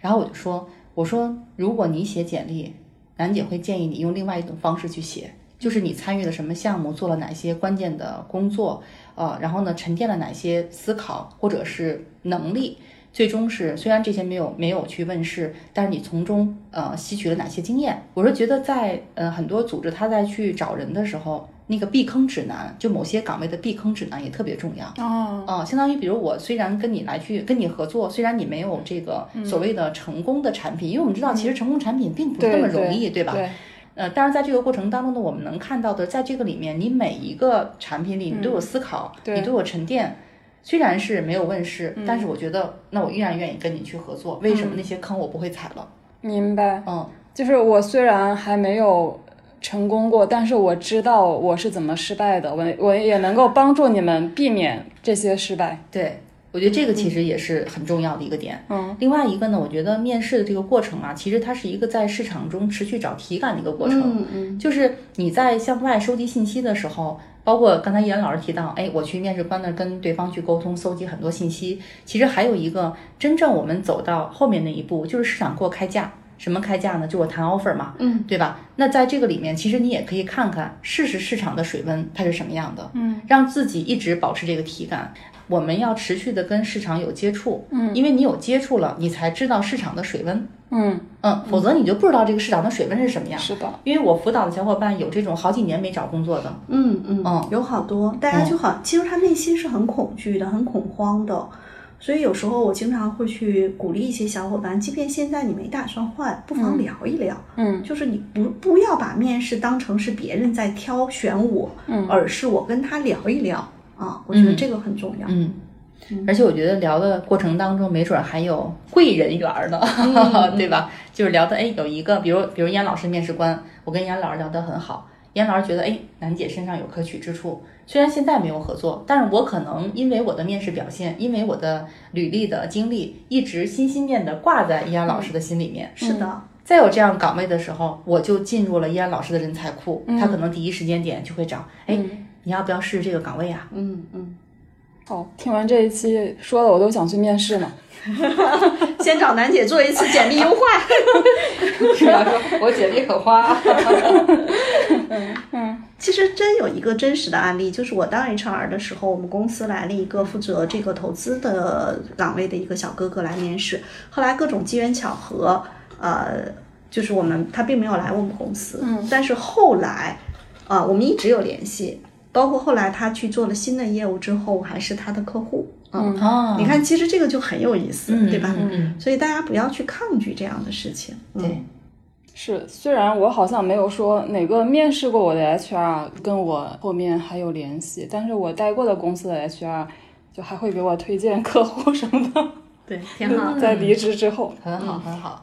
然后我就说，我说如果你写简历，楠姐会建议你用另外一种方式去写，就是你参与了什么项目，做了哪些关键的工作，呃，然后呢，沉淀了哪些思考或者是能力，最终是虽然这些没有没有去问世，但是你从中呃吸取了哪些经验？我是觉得在呃很多组织他在去找人的时候，那个避坑指南，就某些岗位的避坑指南也特别重要。
哦，
哦，相当于比如我虽然跟你来去跟你合作，虽然你没有这个
嗯
所谓的成功的产品，因为我们知道其实成功产品并不是
对
那么容易，
对
吧？
对，
呃，但是在这个过程当中呢，我们能看到的，在这个里面，你每一个产品里，你都有思考，
嗯对
你都有沉淀。虽然是没有问世，但是我觉得，那我依然愿意跟你去合作。为什么那些坑我不会踩了？
明白。
嗯，
就是我虽然还没有成功过，但是我知道我是怎么失败的，我我也能够帮助你们避免这些失败。
对，我觉得这个其实也是很重要的一个点。
嗯，
另外一个呢，我觉得面试的这个过程啊，其实它是一个在市场中持续找体感的一个过程。
嗯嗯，
就是你在向外收集信息的时候，包括刚才依然老师提到，哎，我去面试官那儿跟对方去沟通，搜集很多信息。其实还有一个，真正我们走到后面那一步，就是市场给我开价。什么开价呢？就我谈 offer 嘛，
嗯，
对吧？那在这个里面，其实你也可以看看，试试市场的水温它是什么样的，嗯，让自己一直保持这个体感。我们要持续的跟市场有接触，嗯，因为你有接触了，你才知道市场的水温，
嗯，
嗯，否则你就不知道这个市场的水温是什么样。
是的，
因为我辅导的小伙伴有这种好几年没找工作的，
嗯嗯
嗯
有好多，大家就好，其实他内心是很恐惧的，很恐慌的。所以有时候我经常会去鼓励一些小伙伴，即便现在你没打算换，不妨聊一聊。
嗯，
就是你不不要把面试当成是别人在挑选我，
嗯
而是我跟他聊一聊啊，我觉得
嗯
这个很重要。
嗯，而且我觉得聊的过程当中，没准还有贵人缘儿呢， 对吧？就是聊的，哎，有一个，比如比如燕老师面试官，我跟燕老师聊得很好，燕老师觉得，哎，楠姐身上有可取之处。虽然现在没有合作，但是我可能因为我的面试表现，因为我的履历的经历，一直心心念的挂在燕老师的心里面。
是的，
再有这样岗位的时候，我就进入了依 E 安老师的人才库，他可能第一时间点就会找，哎、你要不要试试这个岗位啊？
嗯嗯，
好，哦听完这一期说的，我都想去面试了。
先找楠姐做一次简历优化。
我简历可花，
其实真有一个真实的案例，就是我当 HR 的时候，我们公司来了一个负责这个投资的岗位的一个小哥哥来面试，后来各种机缘巧合，呃，就是我们他并没有来我们公司，嗯，但是后来，啊、我们一直有联系，包括后来他去做了新的业务之后，还是他的客户，嗯，
哦，
你看，其实这个就很有意思，对吧？
嗯嗯
所以大家不要去抗拒这样的事情，嗯、
对，
是，虽然我好像没有说哪个面试过我的 HR 啊跟我后面还有联系，但是我待过的公司的 HR 就还会给我推荐客户什么的，
对，
挺好，
在离职之后。
很好，很好。